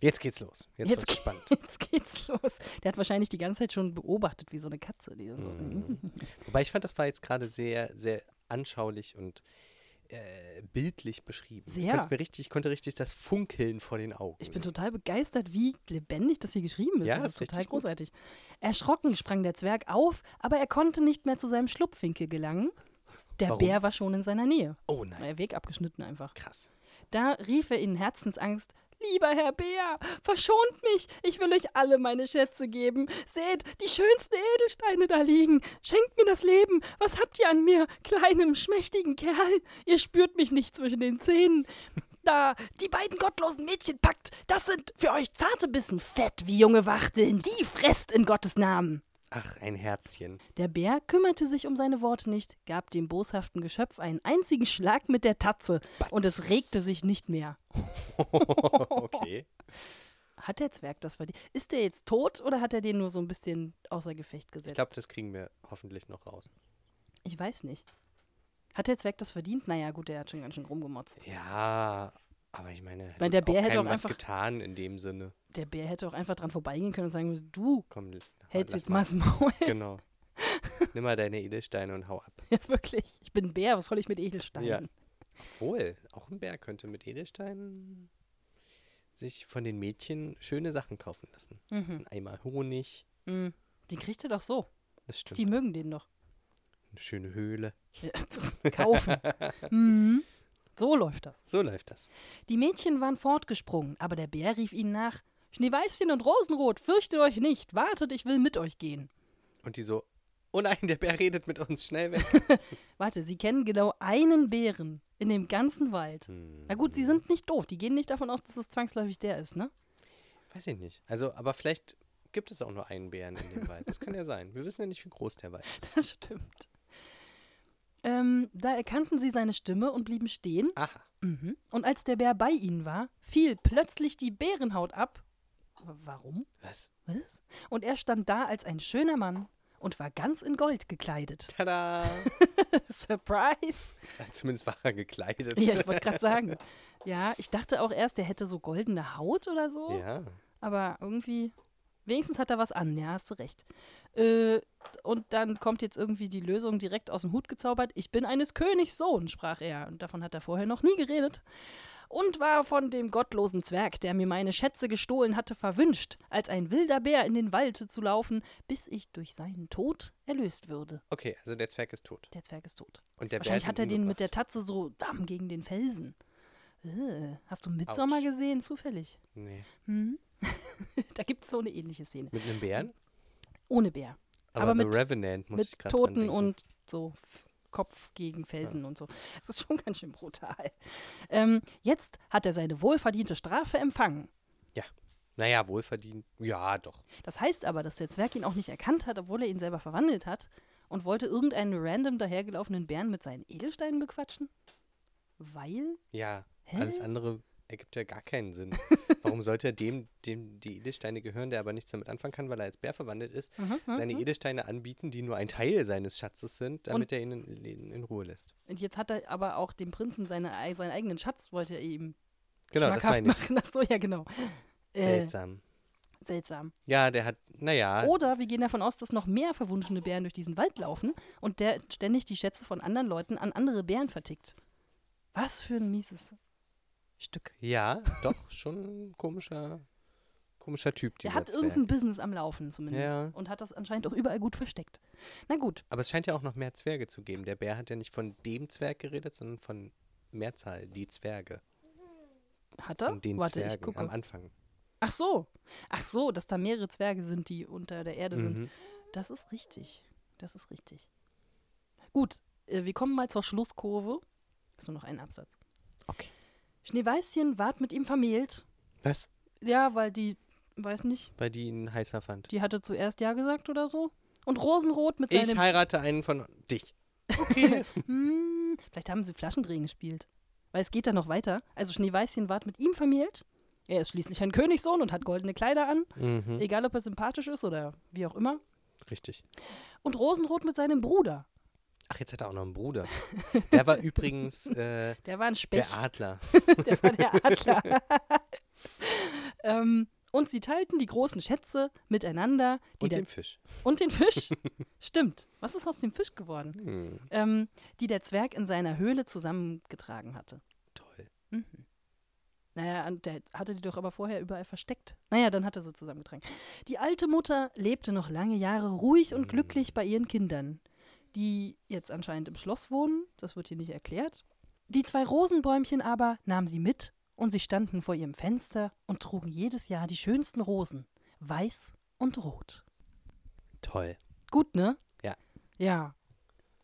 Speaker 1: Jetzt geht's los. Jetzt,
Speaker 2: Jetzt
Speaker 1: wird's
Speaker 2: ge-
Speaker 1: spannend.
Speaker 2: Jetzt geht's los. Der hat wahrscheinlich die ganze Zeit schon beobachtet, wie so eine Katze. Die so,
Speaker 1: Mhm. Wobei ich fand, das war jetzt gerade sehr, sehr anschaulich und äh, bildlich beschrieben. Ich,
Speaker 2: Sehr.
Speaker 1: konnt's mir richtig, ich konnte richtig das Funkeln vor den Augen.
Speaker 2: Ich bin total begeistert, wie lebendig das hier geschrieben ist.
Speaker 1: Ja,
Speaker 2: das
Speaker 1: ist
Speaker 2: ist total
Speaker 1: richtig gut.
Speaker 2: großartig. Erschrocken sprang der Zwerg auf, aber er konnte nicht mehr zu seinem Schlupfwinkel gelangen. Der
Speaker 1: Warum?
Speaker 2: Bär war schon in seiner Nähe.
Speaker 1: oh nein,
Speaker 2: Der Weg abgeschnitten einfach.
Speaker 1: krass.
Speaker 2: Da rief er in Herzensangst: Lieber Herr Bär, verschont mich! Ich will euch alle meine Schätze geben. Seht, die schönsten Edelsteine da liegen. Schenkt mir das Leben. Was habt ihr an mir, kleinem, schmächtigen Kerl? Ihr spürt mich nicht zwischen den Zähnen. Da, die beiden gottlosen Mädchen packt, das sind für euch zarte Bissen, fett wie junge Wachteln. Die fresst in Gottes Namen.
Speaker 1: Ach, ein Herzchen.
Speaker 2: Der Bär kümmerte sich um seine Worte nicht, gab dem boshaften Geschöpf einen einzigen Schlag mit der Tatze und es regte sich nicht mehr.
Speaker 1: okay.
Speaker 2: Hat der Zwerg das verdient? Ist der jetzt tot oder hat er den nur so ein bisschen außer Gefecht gesetzt?
Speaker 1: Ich glaube, das kriegen wir hoffentlich noch raus.
Speaker 2: Ich weiß nicht. Hat der Zwerg das verdient? Naja, gut, der hat schon ganz schön rumgemotzt.
Speaker 1: Ja, aber ich meine, hat
Speaker 2: Weil
Speaker 1: jetzt
Speaker 2: der Bär
Speaker 1: auch
Speaker 2: hätte
Speaker 1: keinem
Speaker 2: auch
Speaker 1: was
Speaker 2: einfach-
Speaker 1: getan in dem Sinne.
Speaker 2: Der Bär hätte auch einfach dran vorbeigehen können und sagen, müssen, du
Speaker 1: Komm, l- halt,
Speaker 2: hältst
Speaker 1: lass
Speaker 2: jetzt mal das Maul.
Speaker 1: Genau. Nimm mal deine Edelsteine und hau ab.
Speaker 2: Ja, wirklich. Ich bin ein Bär, was soll ich mit Edelsteinen?
Speaker 1: Ja. Obwohl, auch ein Bär könnte mit Edelsteinen sich von den Mädchen schöne Sachen kaufen lassen.
Speaker 2: Mhm.
Speaker 1: Ein Eimer Honig,
Speaker 2: Mm. Den kriegt er doch so.
Speaker 1: das stimmt.
Speaker 2: Die mögen den doch.
Speaker 1: Eine schöne Höhle.
Speaker 2: Ja, Kaufen. mhm. So läuft das.
Speaker 1: So läuft das.
Speaker 2: Die Mädchen waren fortgesprungen, aber der Bär rief ihnen nach. Schneeweißchen und Rosenrot, fürchtet euch nicht, wartet, ich will mit euch gehen.
Speaker 1: Und die so, oh nein, der Bär redet mit uns, schnell weg.
Speaker 2: Warte, sie kennen genau einen Bären in dem ganzen Wald. Na gut, sie sind nicht doof. Die gehen nicht davon aus, dass es zwangsläufig der ist, ne?
Speaker 1: Weiß ich nicht. Also, aber vielleicht gibt es auch nur einen Bären in dem Wald. Das kann ja sein. Wir wissen ja nicht, wie groß der Wald ist.
Speaker 2: Das stimmt. Ähm, da erkannten sie seine Stimme und blieben stehen.
Speaker 1: Aha.
Speaker 2: Mhm. Und als der Bär bei ihnen war, fiel plötzlich die Bärenhaut ab. W- Warum?
Speaker 1: Was?
Speaker 2: Was? Und er stand da als ein schöner Mann und war ganz in Gold gekleidet.
Speaker 1: Tada!
Speaker 2: Surprise!
Speaker 1: Zumindest war er gekleidet.
Speaker 2: Ja, ich wollte gerade sagen. Ja, ich dachte auch erst, er hätte so goldene Haut oder so.
Speaker 1: Ja.
Speaker 2: Aber irgendwie, wenigstens hat er was an, ja, hast du recht. Äh, und dann kommt jetzt irgendwie die Lösung direkt aus dem Hut gezaubert. Ich bin eines Königs Sohn, sprach er. Und davon hat er vorher noch nie geredet. Und war von dem gottlosen Zwerg, der mir meine Schätze gestohlen hatte, verwünscht, als ein wilder Bär in den Wald zu laufen, bis ich durch seinen Tod erlöst würde.
Speaker 1: Okay, also der Zwerg ist tot.
Speaker 2: Der Zwerg ist tot.
Speaker 1: Und der
Speaker 2: Wahrscheinlich
Speaker 1: Bär
Speaker 2: hat er den mit der Tatze so damm gegen den Felsen. Äh, hast du Midsommer
Speaker 1: Autsch.
Speaker 2: gesehen, zufällig?
Speaker 1: Nee. Mhm.
Speaker 2: Hm? da gibt es so eine ähnliche Szene.
Speaker 1: Mit einem Bären?
Speaker 2: Ohne Bär.
Speaker 1: Aber,
Speaker 2: Aber
Speaker 1: mit
Speaker 2: mit-
Speaker 1: The Revenant muss
Speaker 2: mit
Speaker 1: ich gerade dran
Speaker 2: Toten
Speaker 1: denken.
Speaker 2: und so F- Kopf gegen Felsen und so. Das ist schon ganz schön brutal. Ähm, jetzt hat er seine wohlverdiente Strafe empfangen.
Speaker 1: Naja, wohlverdient. Ja, doch.
Speaker 2: Das heißt aber, dass der Zwerg ihn auch nicht erkannt hat, obwohl er ihn selber verwandelt hat und wollte irgendeinen random dahergelaufenen Bären mit seinen Edelsteinen bequatschen. Weil?
Speaker 1: Ja.
Speaker 2: Hä?
Speaker 1: Alles andere ergibt ja gar keinen Sinn. Warum sollte er dem, dem die Edelsteine gehören, der aber nichts damit anfangen kann, weil er als Bär verwandelt ist,
Speaker 2: Mhm,
Speaker 1: seine Edelsteine anbieten, die nur ein Teil seines Schatzes sind, damit er ihn in, in, in Ruhe lässt?
Speaker 2: Und jetzt hat er aber auch dem Prinzen seine, ei- seinen eigenen Schatz, wollte er ihm
Speaker 1: Genau, das
Speaker 2: schmackhaft
Speaker 1: meine ich.
Speaker 2: machen. Ach so, ja, genau. Äh,
Speaker 1: Seltsam.
Speaker 2: seltsam.
Speaker 1: Ja, der hat, naja,
Speaker 2: Oder wir gehen davon aus, dass noch mehr verwunschene Bären durch diesen Wald laufen und der ständig die Schätze von anderen Leuten an andere Bären vertickt. Was für ein mieses Stück.
Speaker 1: Ja, doch, schon ein komischer, komischer Typ,
Speaker 2: Der
Speaker 1: dieser
Speaker 2: hat
Speaker 1: Zwerg.
Speaker 2: irgendein Business am Laufen zumindest
Speaker 1: Ja.
Speaker 2: und hat das anscheinend auch überall gut versteckt. Na gut,
Speaker 1: Aber es scheint ja auch noch mehr Zwerge zu geben. Der Bär hat ja nicht von dem Zwerg geredet, sondern von Mehrzahl, die Zwerge.
Speaker 2: hat er?
Speaker 1: Von den
Speaker 2: Warte,
Speaker 1: Zwergen
Speaker 2: ich gucke.
Speaker 1: am Anfang.
Speaker 2: Ach so. Ach so, dass da mehrere Zwerge sind, die unter der Erde sind.
Speaker 1: Mhm.
Speaker 2: Das ist richtig. Das ist richtig. Gut, äh, wir kommen mal zur Schlusskurve. Ist nur noch ein Absatz.
Speaker 1: Okay.
Speaker 2: Schneeweißchen ward mit ihm vermählt.
Speaker 1: Was?
Speaker 2: Ja, weil die, weiß nicht,
Speaker 1: Weil die ihn heißer fand.
Speaker 2: die hatte zuerst Ja gesagt oder so. Und Rosenrot mit
Speaker 1: Ich
Speaker 2: seinem.
Speaker 1: heirate einen von dich. Okay.
Speaker 2: Hm, vielleicht haben sie Flaschendrehen gespielt. Weil es geht dann noch weiter. Also Schneeweißchen ward mit ihm vermählt. Er ist schließlich ein Königssohn und hat goldene Kleider an.
Speaker 1: mhm.
Speaker 2: Egal, ob er sympathisch ist oder wie auch immer.
Speaker 1: Richtig.
Speaker 2: Und Rosenrot mit seinem Bruder.
Speaker 1: Ach, jetzt hat er auch noch einen Bruder. Der war übrigens äh,
Speaker 2: Der war ein Specht.
Speaker 1: der Adler.
Speaker 2: Der war der Adler. ähm, und sie teilten die großen Schätze miteinander. Die
Speaker 1: Und
Speaker 2: der,
Speaker 1: den Fisch.
Speaker 2: und den Fisch. Stimmt. Was ist aus dem Fisch geworden?
Speaker 1: Hm,
Speaker 2: Ähm, die der Zwerg in seiner Höhle zusammengetragen hatte.
Speaker 1: toll.
Speaker 2: Mhm. Naja, und der hatte die doch aber vorher überall versteckt. Naja, dann hat er sie zusammengetragen. Die alte Mutter lebte noch lange Jahre ruhig und glücklich bei ihren Kindern, die jetzt anscheinend im Schloss wohnen. Das wird hier nicht erklärt. Die zwei Rosenbäumchen aber nahm sie mit und sie standen vor ihrem Fenster und trugen jedes Jahr die schönsten Rosen, weiß und rot.
Speaker 1: Toll.
Speaker 2: Gut, ne?
Speaker 1: Ja.
Speaker 2: Ja.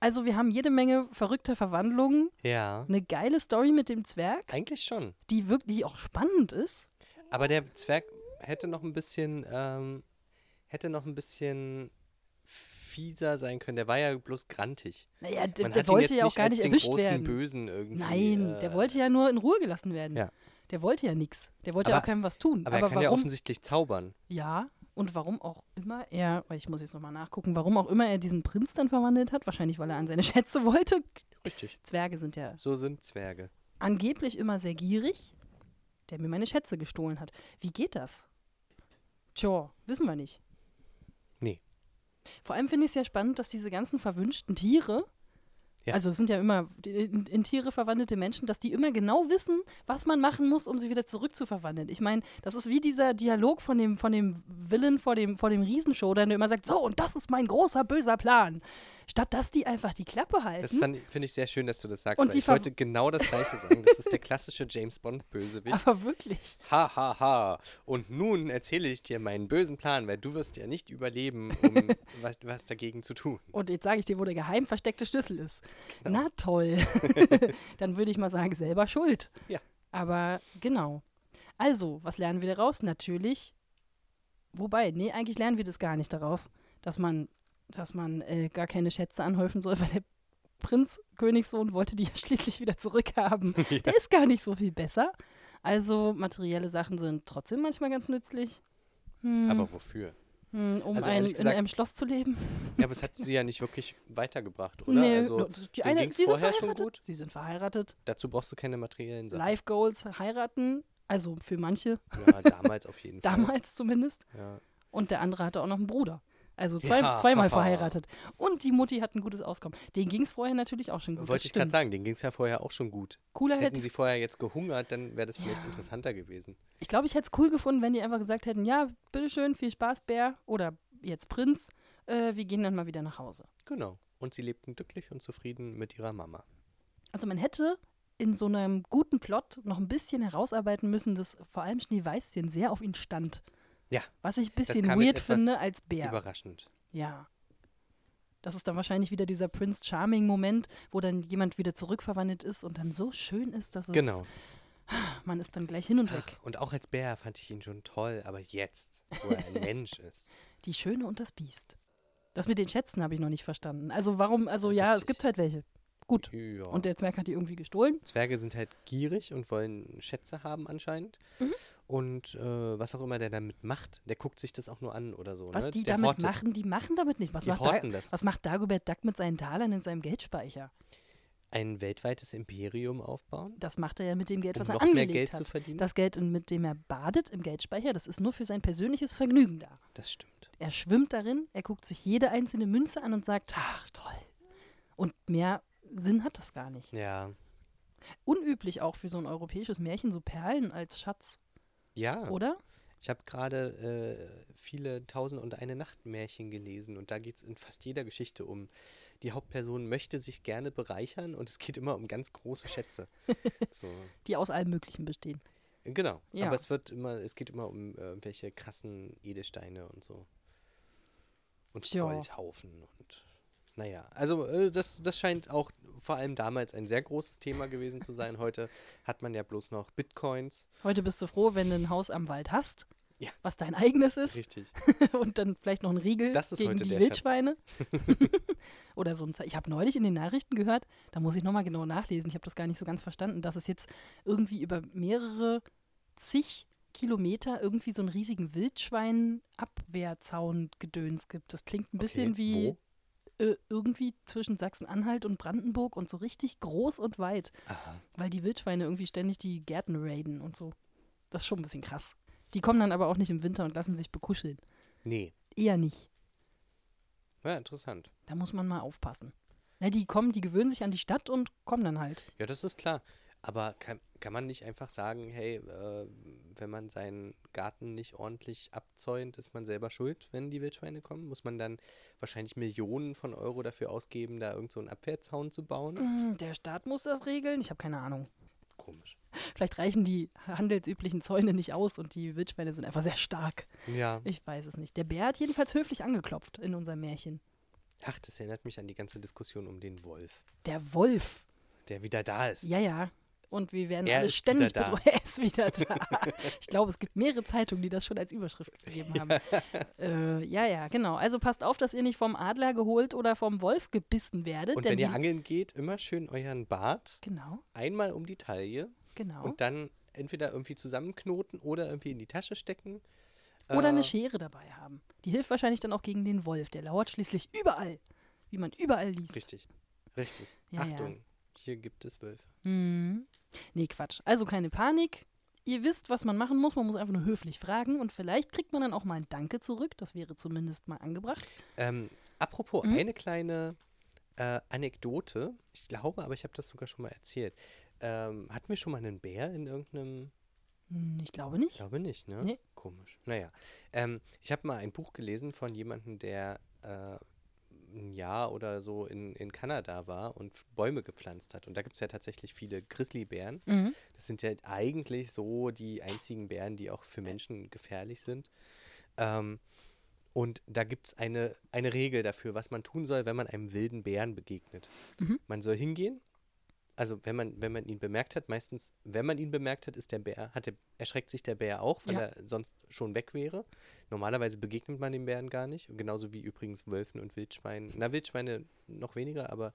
Speaker 2: Also wir haben jede Menge verrückter Verwandlungen,
Speaker 1: Ja.
Speaker 2: eine geile Story mit dem Zwerg,
Speaker 1: Eigentlich schon.
Speaker 2: die wirklich auch spannend ist.
Speaker 1: Aber der Zwerg hätte noch ein bisschen, ähm, hätte noch ein bisschen fieser sein können. Der war ja bloß grantig.
Speaker 2: Naja, der,
Speaker 1: Man
Speaker 2: der
Speaker 1: hat ihn
Speaker 2: wollte
Speaker 1: jetzt
Speaker 2: ja auch
Speaker 1: nicht
Speaker 2: gar
Speaker 1: als
Speaker 2: nicht
Speaker 1: den
Speaker 2: erwischt
Speaker 1: großen
Speaker 2: werden.
Speaker 1: Bösen irgendwie.
Speaker 2: Nein,
Speaker 1: äh,
Speaker 2: der wollte ja nur in Ruhe gelassen werden.
Speaker 1: Ja.
Speaker 2: Der wollte ja nichts. Der wollte ja
Speaker 1: Aber-
Speaker 2: auch keinem was tun.
Speaker 1: Aber,
Speaker 2: Aber,
Speaker 1: er kann ja
Speaker 2: warum?
Speaker 1: offensichtlich zaubern.
Speaker 2: Ja, und warum auch immer er, weil ich muss jetzt nochmal nachgucken, warum auch immer er diesen Prinz dann verwandelt hat. Wahrscheinlich, weil er an seine Schätze wollte.
Speaker 1: Richtig.
Speaker 2: Zwerge sind ja
Speaker 1: So sind Zwerge.
Speaker 2: angeblich immer sehr gierig, der mir meine Schätze gestohlen hat. Wie geht das? Tja, wissen wir nicht.
Speaker 1: Nee.
Speaker 2: Vor allem finde ich es ja spannend, dass diese ganzen verwünschten Tiere,
Speaker 1: Ja.
Speaker 2: also es sind ja immer die- in, in Tiere verwandelte Menschen, dass die immer genau wissen, was man machen muss, um sie wieder zurückzuverwandeln. Ich meine, das ist wie dieser Dialog von dem, von dem Villain vor dem, vor dem Riesenshow, der immer sagt, so, und das ist mein großer, böser Plan. Statt dass die einfach Äh, die Klappe halten.
Speaker 1: Das fand ich- finde ich sehr schön, dass du das sagst.
Speaker 2: Und
Speaker 1: weil
Speaker 2: die
Speaker 1: ich
Speaker 2: Ver-
Speaker 1: wollte genau das Gleiche sagen. Das ist der klassische James Bond-Bösewicht.
Speaker 2: aber wirklich.
Speaker 1: Ha, ha, ha. Und nun erzähle ich dir meinen bösen Plan, weil du wirst ja nicht überleben, um was, was dagegen zu tun.
Speaker 2: Und jetzt sage ich dir, wo der geheim versteckte Schlüssel ist.
Speaker 1: Genau.
Speaker 2: Na toll. Dann würde ich mal sagen, selber schuld.
Speaker 1: Ja.
Speaker 2: Aber genau. Also, was lernen wir daraus? Natürlich, wobei, nee, eigentlich lernen wir das gar nicht daraus, dass man, dass man äh, gar keine Schätze anhäufen soll, weil der Prinz, Königssohn, wollte die ja schließlich wieder zurückhaben.
Speaker 1: Ja.
Speaker 2: Der ist gar nicht so viel besser. Also, materielle Sachen sind trotzdem manchmal ganz nützlich. Hm,
Speaker 1: Aber wofür?
Speaker 2: hm, um
Speaker 1: also
Speaker 2: ein,
Speaker 1: ehrlich
Speaker 2: in
Speaker 1: gesagt-
Speaker 2: einem Schloss zu leben.
Speaker 1: Ja, aber es hat sie ja nicht wirklich weitergebracht, oder?
Speaker 2: Nee,
Speaker 1: also,
Speaker 2: no, das-
Speaker 1: denen
Speaker 2: eine-
Speaker 1: ging's
Speaker 2: sie sind
Speaker 1: vorher schon
Speaker 2: verheiratet.
Speaker 1: gut?
Speaker 2: Sie sind verheiratet.
Speaker 1: dazu brauchst du keine materiellen Sachen.
Speaker 2: Life Goals, heiraten. Also für manche,
Speaker 1: Ja, damals auf jeden Fall.
Speaker 2: damals zumindest.
Speaker 1: Ja.
Speaker 2: Und der andere hatte auch noch einen Bruder. Also zwei,
Speaker 1: Ja.
Speaker 2: zweimal verheiratet. Und die Mutti hat ein gutes Auskommen. Den ging es vorher natürlich auch schon gut. das
Speaker 1: Wollte ich gerade
Speaker 2: stimmt.
Speaker 1: sagen, denen ging es ja vorher auch schon gut.
Speaker 2: Cooler
Speaker 1: Hätten
Speaker 2: hätte
Speaker 1: sie vorher jetzt gehungert, dann wäre das vielleicht
Speaker 2: Ja.
Speaker 1: interessanter gewesen.
Speaker 2: Ich glaube, ich hätte es cool gefunden, wenn die einfach gesagt hätten, ja, bitteschön, viel Spaß, Bär oder jetzt Prinz. Äh, wir gehen dann mal wieder nach Hause.
Speaker 1: Genau. Und sie lebten glücklich und zufrieden mit ihrer Mama.
Speaker 2: Also man hätte in so einem guten Plot noch ein bisschen herausarbeiten müssen, dass vor allem Schneeweißchen sehr auf ihn stand.
Speaker 1: Ja.
Speaker 2: Was ich ein bisschen
Speaker 1: kam jetzt
Speaker 2: weird
Speaker 1: etwas
Speaker 2: finde als Bär.
Speaker 1: Überraschend.
Speaker 2: Ja. Das ist dann wahrscheinlich wieder dieser Prince Charming-Moment, wo dann jemand wieder zurückverwandelt ist und dann so schön ist, dass es
Speaker 1: Genau.
Speaker 2: man ist dann gleich hin und weg.
Speaker 1: Und auch als Bär fand ich ihn schon toll, aber jetzt, wo er ein Mensch ist.
Speaker 2: Die Schöne und das Biest. Das mit den Schätzen habe ich noch nicht verstanden. Also warum, also
Speaker 1: Ja,
Speaker 2: ja, es
Speaker 1: richtig.
Speaker 2: gibt halt welche. Gut.
Speaker 1: Ja.
Speaker 2: Und der Zwerg hat die irgendwie gestohlen.
Speaker 1: Zwerge sind halt gierig und wollen Schätze haben anscheinend.
Speaker 2: Mhm.
Speaker 1: Und äh, was auch immer der damit macht, der guckt sich das auch nur an oder so.
Speaker 2: Was
Speaker 1: ne?
Speaker 2: die
Speaker 1: der
Speaker 2: damit
Speaker 1: hortet.
Speaker 2: machen, die machen damit nicht. Was,
Speaker 1: Die
Speaker 2: macht,
Speaker 1: horten das.
Speaker 2: was macht Dagobert Duck mit seinen Talern in seinem Geldspeicher?
Speaker 1: Ein weltweites Imperium aufbauen,
Speaker 2: Das macht er ja mit dem Geld,
Speaker 1: um
Speaker 2: was
Speaker 1: noch
Speaker 2: er
Speaker 1: mehr
Speaker 2: angelegt
Speaker 1: Geld
Speaker 2: hat.
Speaker 1: zu verdienen.
Speaker 2: das Geld, mit dem er badet im Geldspeicher, das ist nur für sein persönliches Vergnügen da.
Speaker 1: das stimmt.
Speaker 2: Er schwimmt darin, er guckt sich jede einzelne Münze an und sagt, ach toll. Und mehr Sinn hat das gar nicht.
Speaker 1: Ja.
Speaker 2: Unüblich auch für so ein europäisches Märchen, so Perlen als Schatz,
Speaker 1: Ja,
Speaker 2: oder?
Speaker 1: ich habe gerade äh, viele Tausend und eine Nacht Märchen gelesen und da geht es in fast jeder Geschichte um. Die Hauptperson möchte sich gerne bereichern und es geht immer um ganz große Schätze. so.
Speaker 2: Die aus allem Möglichen bestehen.
Speaker 1: Genau.
Speaker 2: Ja.
Speaker 1: Aber es wird immer, es geht immer um äh, welche krassen Edelsteine und so. Und
Speaker 2: Tja.
Speaker 1: Goldhaufen und naja. Also äh, das, das scheint auch vor allem damals ein sehr großes Thema gewesen zu sein. Heute hat man ja bloß noch Bitcoins.
Speaker 2: Heute bist du froh, wenn du ein Haus am Wald hast,
Speaker 1: Ja.
Speaker 2: was dein eigenes ist,
Speaker 1: Richtig.
Speaker 2: und dann vielleicht noch ein Riegel
Speaker 1: Das ist
Speaker 2: gegen
Speaker 1: heute
Speaker 2: die
Speaker 1: der Schatz.
Speaker 2: Wildschweine. Oder so ein Ze Ich habe neulich in den Nachrichten gehört, da muss ich nochmal genau nachlesen, ich habe das gar nicht so ganz verstanden, dass es jetzt irgendwie über mehrere zig Kilometer irgendwie so einen riesigen Wildschwein-Abwehrzaun-Gedöns gibt. Das klingt ein bisschen wie
Speaker 1: wo?
Speaker 2: äh, irgendwie zwischen Sachsen-Anhalt und Brandenburg und so richtig groß und weit,
Speaker 1: Aha.
Speaker 2: weil die Wildschweine irgendwie ständig die Gärten raiden und so. Das ist schon ein bisschen krass. Die kommen dann aber auch nicht im Winter und lassen sich bekuscheln.
Speaker 1: Nee.
Speaker 2: Eher nicht.
Speaker 1: Ja, interessant.
Speaker 2: Da muss man mal aufpassen. Na, die kommen, die gewöhnen sich an die Stadt und kommen dann halt.
Speaker 1: Ja, das ist klar. Aber kann, kann man nicht einfach sagen, hey, äh, wenn man seinen Garten nicht ordentlich abzäunt, ist man selber schuld, wenn die Wildschweine kommen? Muss man dann wahrscheinlich Millionen von Euro dafür ausgeben, da irgend so einen Abwehrzaun zu bauen?
Speaker 2: Mm, Der Staat muss das regeln. Ich habe keine Ahnung.
Speaker 1: Komisch.
Speaker 2: Vielleicht reichen die handelsüblichen Zäune nicht aus und die Wildschweine sind einfach sehr stark.
Speaker 1: Ja.
Speaker 2: Ich weiß es nicht. Der Bär hat jedenfalls höflich angeklopft in unserem Märchen.
Speaker 1: Ach, das erinnert mich an die ganze Diskussion um den Wolf,
Speaker 2: Der Wolf.
Speaker 1: der wieder da ist.
Speaker 2: Ja, ja. Und wir werden
Speaker 1: Er
Speaker 2: alle
Speaker 1: ist
Speaker 2: ständig
Speaker 1: wieder da.
Speaker 2: bedroht. Er ist wieder da. Ich glaube, es gibt mehrere Zeitungen, die das schon als Überschrift gegeben haben. Äh, ja, ja, genau. Also passt auf, dass ihr nicht vom Adler geholt oder vom Wolf gebissen werdet.
Speaker 1: Und
Speaker 2: denn
Speaker 1: wenn ihr
Speaker 2: die-
Speaker 1: angeln geht, immer schön euren Bart
Speaker 2: Genau,
Speaker 1: einmal um die Taille
Speaker 2: genau.
Speaker 1: und dann entweder irgendwie zusammenknoten oder irgendwie in die Tasche stecken.
Speaker 2: Oder
Speaker 1: Äh,
Speaker 2: eine Schere dabei haben. Die hilft wahrscheinlich dann auch gegen den Wolf. Der lauert schließlich überall, wie man überall liest.
Speaker 1: Richtig. Richtig.
Speaker 2: Ja, ja.
Speaker 1: Achtung, hier gibt es Wölfe.
Speaker 2: Mhm. Nee, Quatsch. Also keine Panik. Ihr wisst, was man machen muss. Man muss einfach nur höflich fragen und vielleicht kriegt man dann auch mal ein Danke zurück. Das wäre zumindest mal angebracht.
Speaker 1: Ähm, apropos,
Speaker 2: Mhm.
Speaker 1: eine kleine äh, Anekdote. Ich glaube, aber ich habe das sogar schon mal erzählt. Ähm, hatten wir schon mal einen Bär in irgendeinem.
Speaker 2: Hm, Ich glaube
Speaker 1: Ich
Speaker 2: nicht.
Speaker 1: glaube nicht, ne?
Speaker 2: Nee.
Speaker 1: Komisch. Naja. Ähm, ich habe mal ein Buch gelesen von jemandem, der äh, ein Jahr oder so in, in Kanada war und Bäume gepflanzt hat. Und da gibt es ja tatsächlich viele Grizzlybären.
Speaker 2: Mhm.
Speaker 1: Das sind ja eigentlich so die einzigen Bären, die auch für Menschen gefährlich sind. Ähm, und da gibt es eine, eine Regel dafür, was man tun soll, wenn man einem wilden Bären begegnet.
Speaker 2: Mhm.
Speaker 1: Man soll hingehen. Also wenn man, wenn man ihn bemerkt hat, meistens, wenn man ihn bemerkt hat, ist der Bär, hat der, erschreckt sich der Bär auch, weil
Speaker 2: Ja.
Speaker 1: er sonst schon weg wäre. Normalerweise begegnet man den Bären gar nicht. Genauso wie übrigens Wölfen und Wildschweinen. Na, Wildschweine noch weniger, aber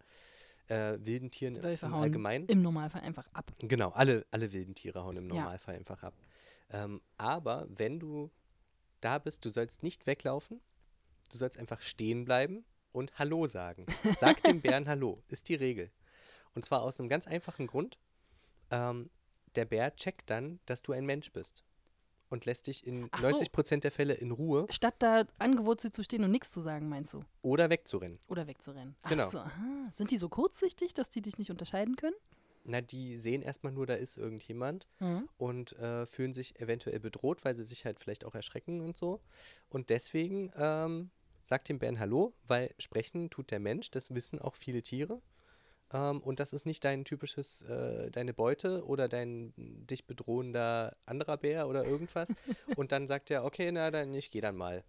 Speaker 1: äh, wilden Tieren
Speaker 2: Die Wölfe
Speaker 1: im
Speaker 2: hauen
Speaker 1: Allgemeinen.
Speaker 2: Im Normalfall einfach ab.
Speaker 1: Genau, alle, alle wilden Tiere hauen im
Speaker 2: Ja.
Speaker 1: Normalfall einfach ab. Ähm, aber wenn du da bist, du sollst nicht weglaufen, du sollst einfach stehen bleiben und Hallo sagen. Sag dem Bären Hallo, ist die Regel. Und zwar aus einem ganz einfachen Grund. Ähm, der Bär checkt dann, dass du ein Mensch bist und lässt dich in
Speaker 2: Ach so.
Speaker 1: 90 Prozent der Fälle in Ruhe
Speaker 2: Statt da angewurzelt zu stehen und nichts zu sagen, meinst du?
Speaker 1: oder wegzurennen.
Speaker 2: Oder wegzurennen. Ach
Speaker 1: Genau.
Speaker 2: so, aha. Sind die so kurzsichtig, dass die dich nicht unterscheiden können?
Speaker 1: Na, die sehen erstmal nur, da ist irgendjemand
Speaker 2: Mhm.
Speaker 1: und äh, fühlen sich eventuell bedroht, weil sie sich halt vielleicht auch erschrecken und so. Und deswegen ähm, sagt dem Bären Hallo, weil sprechen tut der Mensch, das wissen auch viele Tiere. Ähm, und das ist nicht dein typisches, äh, deine Beute oder dein dich bedrohender anderer Bär oder irgendwas. und dann sagt er, okay, na dann, ich gehe dann mal.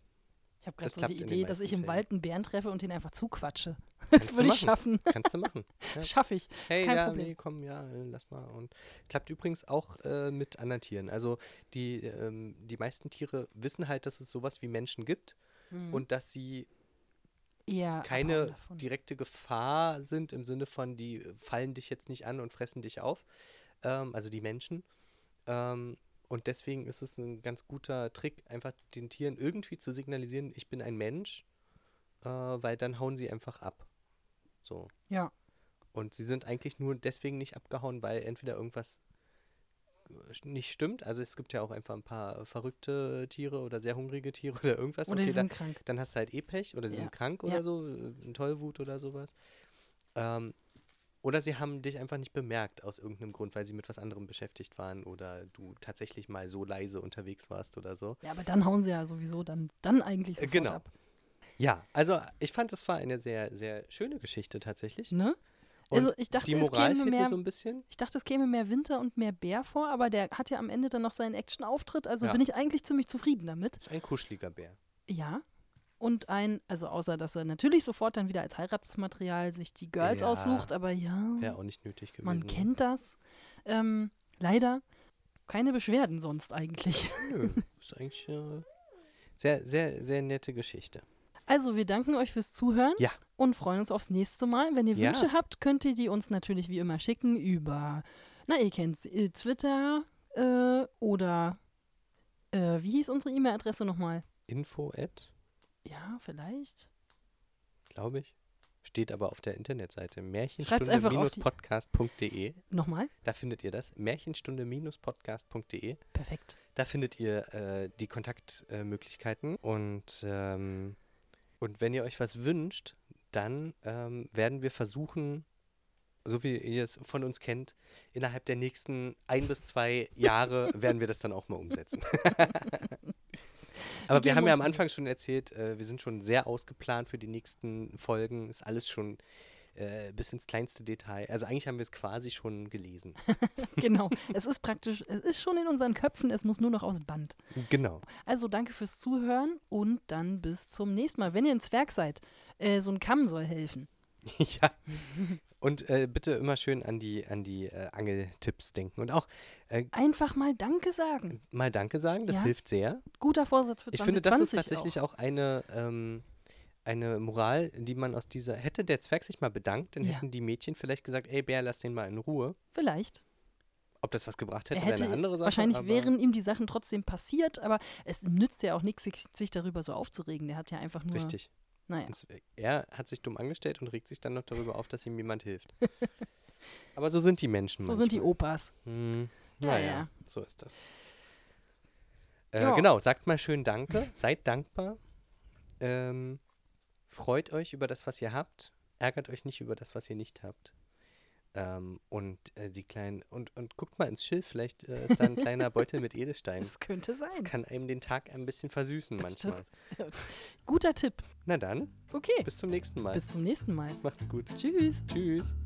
Speaker 2: Ich habe gerade
Speaker 1: Das
Speaker 2: so die
Speaker 1: klappt in den
Speaker 2: Idee, dass ich
Speaker 1: meisten
Speaker 2: im Wald einen Bären treffe und den einfach zuquatsche.
Speaker 1: Kannst
Speaker 2: Das
Speaker 1: du
Speaker 2: würde ich
Speaker 1: machen.
Speaker 2: schaffen.
Speaker 1: Kannst du machen. Ja.
Speaker 2: Schaffe ich.
Speaker 1: Hey,
Speaker 2: Kein
Speaker 1: ja,
Speaker 2: Problem.
Speaker 1: nee, komm, ja, äh, lass mal. Und klappt übrigens auch äh, mit anderen Tieren. Also die, ähm, die meisten Tiere wissen halt, dass es sowas wie Menschen gibt
Speaker 2: Mhm.
Speaker 1: und dass sie
Speaker 2: Eher abhauen
Speaker 1: Hm. keine
Speaker 2: davon.
Speaker 1: direkte Gefahr sind im Sinne von, die fallen dich jetzt nicht an und fressen dich auf. Ähm, also die Menschen. Ähm, und deswegen ist es ein ganz guter Trick, einfach den Tieren irgendwie zu signalisieren, ich bin ein Mensch, äh, weil dann hauen sie einfach ab. So.
Speaker 2: Ja.
Speaker 1: Und sie sind eigentlich nur deswegen nicht abgehauen, weil entweder irgendwas äh, nicht stimmt. Also es gibt ja auch einfach ein paar verrückte Tiere oder sehr hungrige Tiere oder irgendwas.
Speaker 2: Oder die
Speaker 1: da-
Speaker 2: sind krank.
Speaker 1: dann hast du halt eh Pech oder sie
Speaker 2: Ja.
Speaker 1: sind krank
Speaker 2: Ja.
Speaker 1: oder so, äh, ein Tollwut oder sowas. Ähm, Oder sie haben dich einfach nicht bemerkt aus irgendeinem Grund, weil sie mit was anderem beschäftigt waren oder du tatsächlich mal so leise unterwegs warst oder so.
Speaker 2: Ja, aber dann hauen sie ja sowieso dann, dann eigentlich
Speaker 1: Äh,
Speaker 2: sofort
Speaker 1: genau.
Speaker 2: ab.
Speaker 1: Ja, also ich fand, das war eine sehr, sehr schöne Geschichte tatsächlich.
Speaker 2: Ne?
Speaker 1: Und
Speaker 2: Also ich dachte,
Speaker 1: die
Speaker 2: es
Speaker 1: Moral
Speaker 2: käme
Speaker 1: fehlt mir
Speaker 2: mehr-
Speaker 1: so ein bisschen.
Speaker 2: Ich dachte, es käme mehr Winter und mehr Bär vor, aber der hat ja am Ende dann noch seinen Action-Auftritt, also
Speaker 1: Ja.
Speaker 2: bin ich eigentlich ziemlich zufrieden damit.
Speaker 1: Ist ein kuscheliger Bär.
Speaker 2: Ja. Und ein, also außer dass er natürlich sofort dann wieder als Heiratsmaterial sich die Girls
Speaker 1: Ja.
Speaker 2: aussucht, aber ja,
Speaker 1: Wäre auch nicht nötig gewesen.
Speaker 2: man kennt das. Ähm, leider keine Beschwerden sonst eigentlich.
Speaker 1: Nö, ist eigentlich äh, sehr, sehr, sehr nette Geschichte.
Speaker 2: Also wir danken euch fürs Zuhören
Speaker 1: Ja.
Speaker 2: und freuen uns aufs nächste Mal. Wenn ihr
Speaker 1: Ja.
Speaker 2: Wünsche habt, könnt ihr die uns natürlich wie immer schicken über, na ihr kennt's, äh, Twitter äh, oder äh, wie hieß unsere E-Mail-Adresse nochmal?
Speaker 1: Info at,
Speaker 2: Ja, vielleicht.
Speaker 1: glaube ich, steht aber auf der Internetseite
Speaker 2: einfach auf die-
Speaker 1: märchenstunde-podcast.de.
Speaker 2: Nochmal?
Speaker 1: Da findet ihr das. Märchenstunde-podcast.de.
Speaker 2: Perfekt.
Speaker 1: Da findet ihr äh, die Kontaktmöglichkeiten. und, ähm, und wenn ihr euch was wünscht, dann ähm, werden wir versuchen, so wie ihr es von uns kennt, innerhalb der nächsten ein bis zwei Jahre werden wir das dann auch mal umsetzen. Aber wir
Speaker 2: geben
Speaker 1: haben ja
Speaker 2: uns
Speaker 1: am
Speaker 2: Mühe.
Speaker 1: Anfang schon erzählt, äh, wir sind schon sehr ausgeplant für die nächsten Folgen. Ist alles schon äh, bis ins kleinste Detail. Also eigentlich haben wir es quasi schon gelesen.
Speaker 2: Genau. es ist praktisch, es ist schon in unseren Köpfen, es muss nur noch aus Band.
Speaker 1: Genau.
Speaker 2: Also danke fürs Zuhören und dann bis zum nächsten Mal. Wenn ihr ein Zwerg seid, äh, so ein Kamm soll helfen.
Speaker 1: Ja. Und äh, bitte immer schön an die, an die äh, Angeltipps denken. Und auch äh,
Speaker 2: Einfach mal Danke sagen.
Speaker 1: mal Danke sagen, das
Speaker 2: Ja.
Speaker 1: hilft sehr.
Speaker 2: Guter Vorsatz für
Speaker 1: Ich
Speaker 2: 2020
Speaker 1: finde, das ist
Speaker 2: auch.
Speaker 1: tatsächlich auch, eine, ähm, eine Moral, die man aus dieser. Hätte der Zwerg sich mal bedankt, dann
Speaker 2: Ja.
Speaker 1: hätten die Mädchen vielleicht gesagt: Ey, Bär, lass den mal in Ruhe.
Speaker 2: Vielleicht.
Speaker 1: Ob das was gebracht hätte,
Speaker 2: Er
Speaker 1: wäre eine andere Sache.
Speaker 2: wahrscheinlich
Speaker 1: aber
Speaker 2: wären ihm die Sachen trotzdem passiert, aber es nützt ja auch nichts, sich, sich darüber so aufzuregen. Der hat ja einfach nur.
Speaker 1: Richtig.
Speaker 2: Naja.
Speaker 1: Und es- er hat sich dumm angestellt und regt sich dann noch darüber auf, dass ihm jemand hilft. aber so sind die Menschen
Speaker 2: So sind die
Speaker 1: manchmal.
Speaker 2: Opas.
Speaker 1: Hm,
Speaker 2: Ja,
Speaker 1: naja,
Speaker 2: ja.
Speaker 1: so ist das. Äh,
Speaker 2: Ja.
Speaker 1: Genau, sagt mal schön Danke, seid dankbar, ähm, freut euch über das, was ihr habt, ärgert euch nicht über das, was ihr nicht habt. Ähm, und äh, die kleinen, und, und guckt mal ins Schilf, vielleicht äh, ist da ein kleiner Beutel mit Edelstein.
Speaker 2: Das könnte
Speaker 1: Das
Speaker 2: sein.
Speaker 1: kann einem den Tag ein bisschen versüßen
Speaker 2: Das- das-
Speaker 1: manchmal.
Speaker 2: Guter Tipp.
Speaker 1: Na dann,
Speaker 2: Okay.
Speaker 1: bis zum nächsten Mal.
Speaker 2: Bis zum nächsten Mal.
Speaker 1: Macht's gut.
Speaker 2: Tschüss.
Speaker 1: Tschüss.